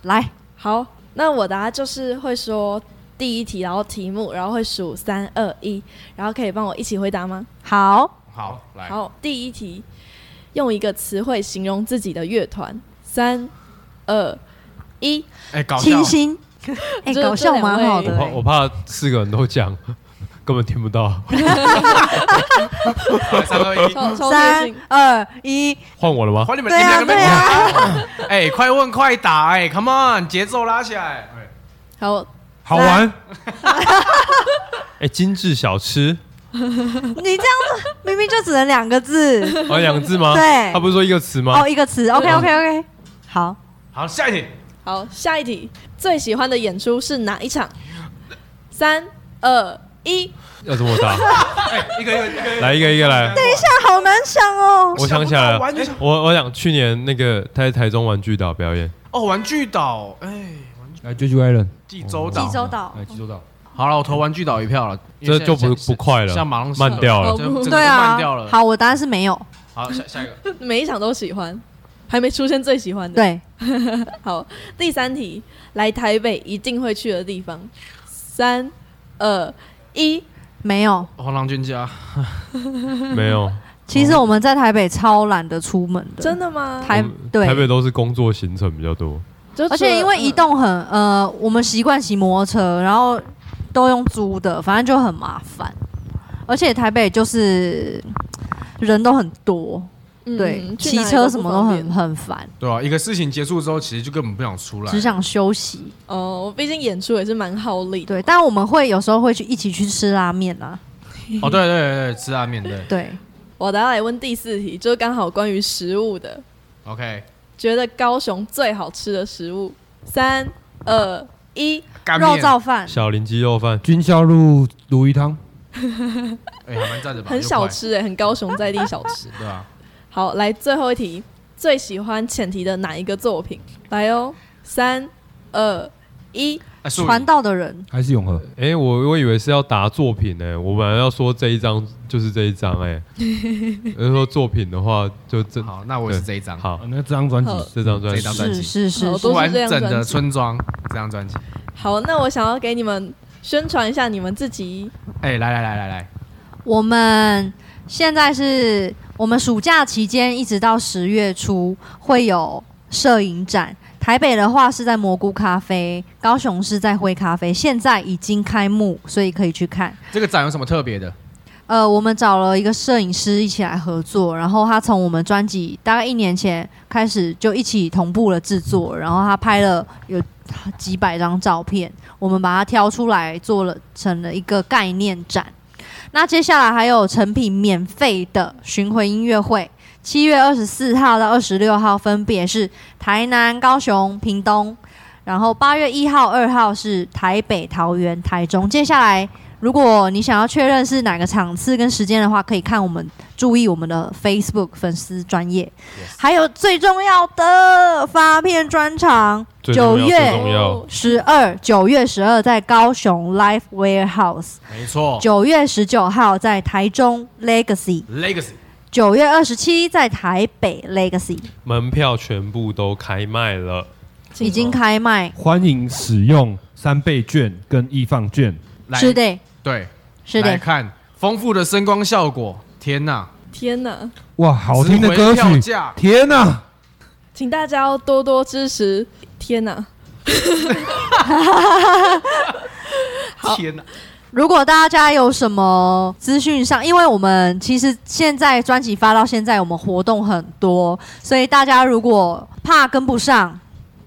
[SPEAKER 3] 来，
[SPEAKER 2] 好，那我答就是会说第一题，然后题目，然后会数三二一，然后可以帮我一起回答吗？
[SPEAKER 3] 好，
[SPEAKER 6] 好来
[SPEAKER 2] 好，第一题，用一个词汇形容自己的乐团，三二一，
[SPEAKER 6] 哎，搞笑哦
[SPEAKER 3] 清，新。哎、
[SPEAKER 2] 这
[SPEAKER 3] 搞笑蛮好
[SPEAKER 2] 这
[SPEAKER 3] 的、
[SPEAKER 4] 我怕
[SPEAKER 3] 欸。
[SPEAKER 4] 我怕四个人都讲， 根本听不到，
[SPEAKER 6] 来三二一，
[SPEAKER 2] 超超开
[SPEAKER 3] 三
[SPEAKER 2] 心。
[SPEAKER 3] 二一，
[SPEAKER 4] 换我了吗？
[SPEAKER 6] 还你们
[SPEAKER 3] 对啊
[SPEAKER 6] 你们两个没有。哎，快问快答，哎，Come on，节奏拉起来。哎
[SPEAKER 2] 好，
[SPEAKER 5] 好玩，
[SPEAKER 4] 哎，精致小吃，
[SPEAKER 3] 你这样明明就只能两 个字
[SPEAKER 4] 哦，两个字吗？
[SPEAKER 3] 对
[SPEAKER 4] 他不是说一个词吗
[SPEAKER 3] 哦，？一个词。OK OK OK，好，
[SPEAKER 6] 好，下一题。
[SPEAKER 2] 好，下一题，最喜欢的演出是哪一场？三二一，
[SPEAKER 4] 要怎么 答？
[SPEAKER 5] 一个一个一个
[SPEAKER 4] 来一个一个来，
[SPEAKER 3] 这好难想哦。
[SPEAKER 4] 我想起来
[SPEAKER 6] 想不到
[SPEAKER 4] 了
[SPEAKER 6] 完全想，
[SPEAKER 4] 我我想去年那个他在台中玩具岛表演，
[SPEAKER 6] 哦，玩具岛，哎，
[SPEAKER 5] 来 JJ Allen，
[SPEAKER 6] 济州岛，
[SPEAKER 3] 济州岛
[SPEAKER 5] 来济州岛，
[SPEAKER 6] 好了，我投玩具岛一票了，因为现在
[SPEAKER 4] 这就不
[SPEAKER 6] 像
[SPEAKER 4] 不快了
[SPEAKER 6] 像马龙
[SPEAKER 4] 慢掉了
[SPEAKER 6] 这这个就
[SPEAKER 3] 对
[SPEAKER 6] 慢掉
[SPEAKER 3] 啊
[SPEAKER 6] 了。，
[SPEAKER 3] 好，我答案是没有。
[SPEAKER 6] 好，下下一个，
[SPEAKER 2] 每一场都喜欢，还没出现最喜欢的。
[SPEAKER 3] 对，
[SPEAKER 2] 好，第三题，来台北一定会去的地方。三、二、一，
[SPEAKER 3] 没有。
[SPEAKER 6] 黄郎君家，
[SPEAKER 3] 嗯
[SPEAKER 4] 没有，
[SPEAKER 3] 其实我们在台北超懒得出门的，
[SPEAKER 2] 真的吗？
[SPEAKER 3] 台
[SPEAKER 4] 我们
[SPEAKER 3] 对
[SPEAKER 4] 台北都是工作行程比较多，
[SPEAKER 2] 就
[SPEAKER 3] 而
[SPEAKER 2] 除了
[SPEAKER 3] 且因为移
[SPEAKER 2] 嗯
[SPEAKER 3] 动很、呃，我们习惯骑摩托车，然后都用租的，反正就很麻烦。而且台北就是人都很多，
[SPEAKER 2] 嗯
[SPEAKER 3] 对，
[SPEAKER 2] 嗯去
[SPEAKER 3] 骑
[SPEAKER 2] 哪里
[SPEAKER 3] 车
[SPEAKER 2] 不
[SPEAKER 3] 什么都
[SPEAKER 2] 方
[SPEAKER 3] 很
[SPEAKER 2] 便
[SPEAKER 3] 很烦，
[SPEAKER 6] 对啊，一个事情结束之后，其实就根本不想出来，
[SPEAKER 3] 只想休息。
[SPEAKER 2] 哦，毕竟演出也是蛮耗力的。
[SPEAKER 3] 对，但我们会有时候会去一起去吃拉面啊，
[SPEAKER 6] 哦，对对对对，吃拉面对
[SPEAKER 3] 对，
[SPEAKER 2] 我等下来问第四题，就是刚好关于食物的，
[SPEAKER 6] ，OK，
[SPEAKER 2] 觉得高雄最好吃的食物。三、二、一，
[SPEAKER 6] 干
[SPEAKER 3] 肉
[SPEAKER 6] 面，
[SPEAKER 3] 燥饭
[SPEAKER 4] 小林鸡肉饭
[SPEAKER 5] 军销路鲈鱼汤，
[SPEAKER 6] 哎，还蛮赞的吧，
[SPEAKER 2] 很
[SPEAKER 6] 又
[SPEAKER 2] 小
[SPEAKER 6] 快，
[SPEAKER 2] 吃哎、很高雄在地小 吃。
[SPEAKER 6] 对吧？
[SPEAKER 2] 好，来最后一题，最喜欢前提的哪一个作品？来哦，三、二、一，
[SPEAKER 6] 哎素
[SPEAKER 3] 传
[SPEAKER 6] 宇
[SPEAKER 3] 道的人，
[SPEAKER 5] 还是永和？
[SPEAKER 4] 哎、我我以为是要答作品呢、我本来要说这一张就是这一张 哎、要说作品的话就这
[SPEAKER 6] 好，那我也是这一张，
[SPEAKER 4] 好
[SPEAKER 5] 啊那张专辑
[SPEAKER 2] 好
[SPEAKER 4] 这张专
[SPEAKER 6] 这张
[SPEAKER 4] 辑，
[SPEAKER 6] 专
[SPEAKER 3] 是
[SPEAKER 6] 辑
[SPEAKER 3] 是
[SPEAKER 2] 好
[SPEAKER 3] 是
[SPEAKER 2] 多
[SPEAKER 3] 是，
[SPEAKER 6] 完
[SPEAKER 2] 都是这张
[SPEAKER 6] 整
[SPEAKER 2] 专
[SPEAKER 6] 的
[SPEAKER 2] 辑
[SPEAKER 6] 村庄这张专辑，
[SPEAKER 2] 好，那我想要给你们宣传一下你们自己
[SPEAKER 6] 哎，来来来来来，
[SPEAKER 3] 我们现在是我们暑假期间一直到十月初会有摄影展。台北的话是在蘑菇咖啡，高雄是在灰咖啡，现在已经开幕，所以可以去看。
[SPEAKER 6] 这个展有什么特别的？
[SPEAKER 3] 呃，我们找了一个摄影师一起来合作，然后他从我们专辑大概一年前开始就一起同步了制作，然后他拍了有几百张照片，我们把它挑出来做了成了一个概念展。那接下来还有成品免费的巡回音乐会，七月二十四号到二十六号分别是台南、高雄、屏东，然后八月一号、二号是台北、桃园、台中。接下来如果你想要确认是哪个场次跟时间的话，可以看我们注意我们的 Facebook 粉丝专业
[SPEAKER 6] Yes
[SPEAKER 3] 还有最重要的发片专场，
[SPEAKER 4] 最
[SPEAKER 3] 九
[SPEAKER 4] 重要最重
[SPEAKER 3] 月
[SPEAKER 4] 要，
[SPEAKER 3] 十二，九月十二在高雄 Live Warehouse，
[SPEAKER 6] 没错
[SPEAKER 3] 九月十九号在台中 Legacy，
[SPEAKER 6] ，Legacy，
[SPEAKER 3] 九月二十七在台北 Legacy
[SPEAKER 4] 门票全部都开卖了，
[SPEAKER 3] 已经开卖，
[SPEAKER 5] 欢迎使用三倍券跟易放券，
[SPEAKER 6] 来
[SPEAKER 3] 是，的，
[SPEAKER 6] 对，
[SPEAKER 3] 是
[SPEAKER 6] 来
[SPEAKER 3] 的，
[SPEAKER 6] 看丰富的声光效果，天哪，
[SPEAKER 2] 天呐，
[SPEAKER 5] 哇，好听的
[SPEAKER 6] 值回
[SPEAKER 5] 歌
[SPEAKER 6] 票
[SPEAKER 5] 曲，
[SPEAKER 6] 价，
[SPEAKER 5] 天哪！
[SPEAKER 2] 请大家要多多支持。天呐，好
[SPEAKER 6] 天哪，
[SPEAKER 3] 如果大家有什么资讯上，因为我们其实现在专辑发到现在，我们活动很多，所以大家如果怕跟不上，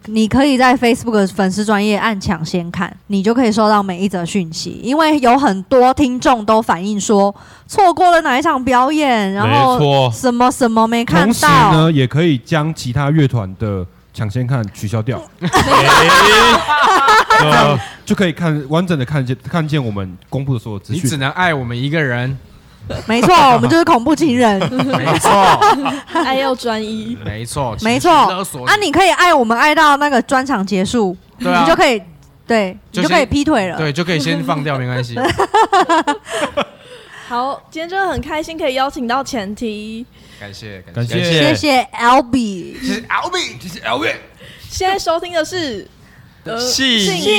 [SPEAKER 3] 你可以在 Facebook 的粉丝专业按抢先看，你就可以收到每一则讯息。因为有很多听众都反映说错过了哪一场表演，然
[SPEAKER 4] 没
[SPEAKER 3] 后
[SPEAKER 4] 错，
[SPEAKER 3] 什么什么没看
[SPEAKER 5] 同时
[SPEAKER 3] 到，
[SPEAKER 5] 呢，也可以将其他乐团的抢先看取消掉，
[SPEAKER 4] 哎呃
[SPEAKER 5] 就可以看完整的看见看见我们公布的所有资
[SPEAKER 6] 你只
[SPEAKER 5] 讯。
[SPEAKER 6] 能爱我们一个人，
[SPEAKER 3] 没错，我们就是恐怖情 人。
[SPEAKER 6] 没错，
[SPEAKER 2] 爱要专一。
[SPEAKER 6] 没错，
[SPEAKER 3] 没
[SPEAKER 6] 情
[SPEAKER 3] 错
[SPEAKER 6] 绪勒索
[SPEAKER 3] 啊，你可以爱我们爱到那个专场结束，
[SPEAKER 6] 对啊
[SPEAKER 3] 你就可以对，你
[SPEAKER 6] 就
[SPEAKER 3] 就可以
[SPEAKER 6] 先
[SPEAKER 3] 劈腿了。
[SPEAKER 6] 对就可以先放掉，没 关系。
[SPEAKER 2] 好，今天真的很开心可以邀请到前提。
[SPEAKER 6] 感谢感
[SPEAKER 5] 感
[SPEAKER 6] 谢，
[SPEAKER 5] 谢
[SPEAKER 3] 谢谢 L B
[SPEAKER 6] 谢谢 L B，谢谢 L B，
[SPEAKER 2] 现在收听的是呃
[SPEAKER 6] 信
[SPEAKER 2] 信
[SPEAKER 3] 信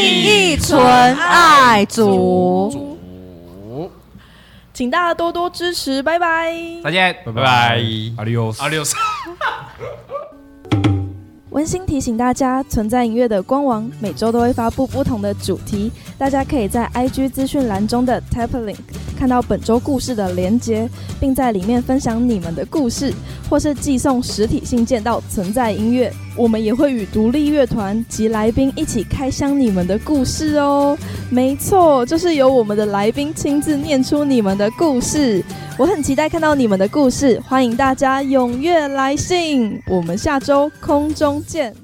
[SPEAKER 3] 义纯爱组。
[SPEAKER 6] 主，
[SPEAKER 2] 请大家多多支持，拜拜。
[SPEAKER 6] 再见，
[SPEAKER 5] 拜
[SPEAKER 4] 拜拜
[SPEAKER 5] 阿里欧斯
[SPEAKER 6] 阿。六四。
[SPEAKER 2] 温馨提醒大家，存在音乐的官网每周都会发布不同的主题，大家可以在 IG 资讯栏中的 Tap Link 看到本周故事的连接，并在里面分享你们的故事，或是寄送实体信件到存在音乐。我们也会与独立乐团及来宾一起开箱你们的故事哦。没错，就是由我们的来宾亲自念出你们的故事。我很期待看到你们的故事，欢迎大家踊跃来信。我们下周空中见。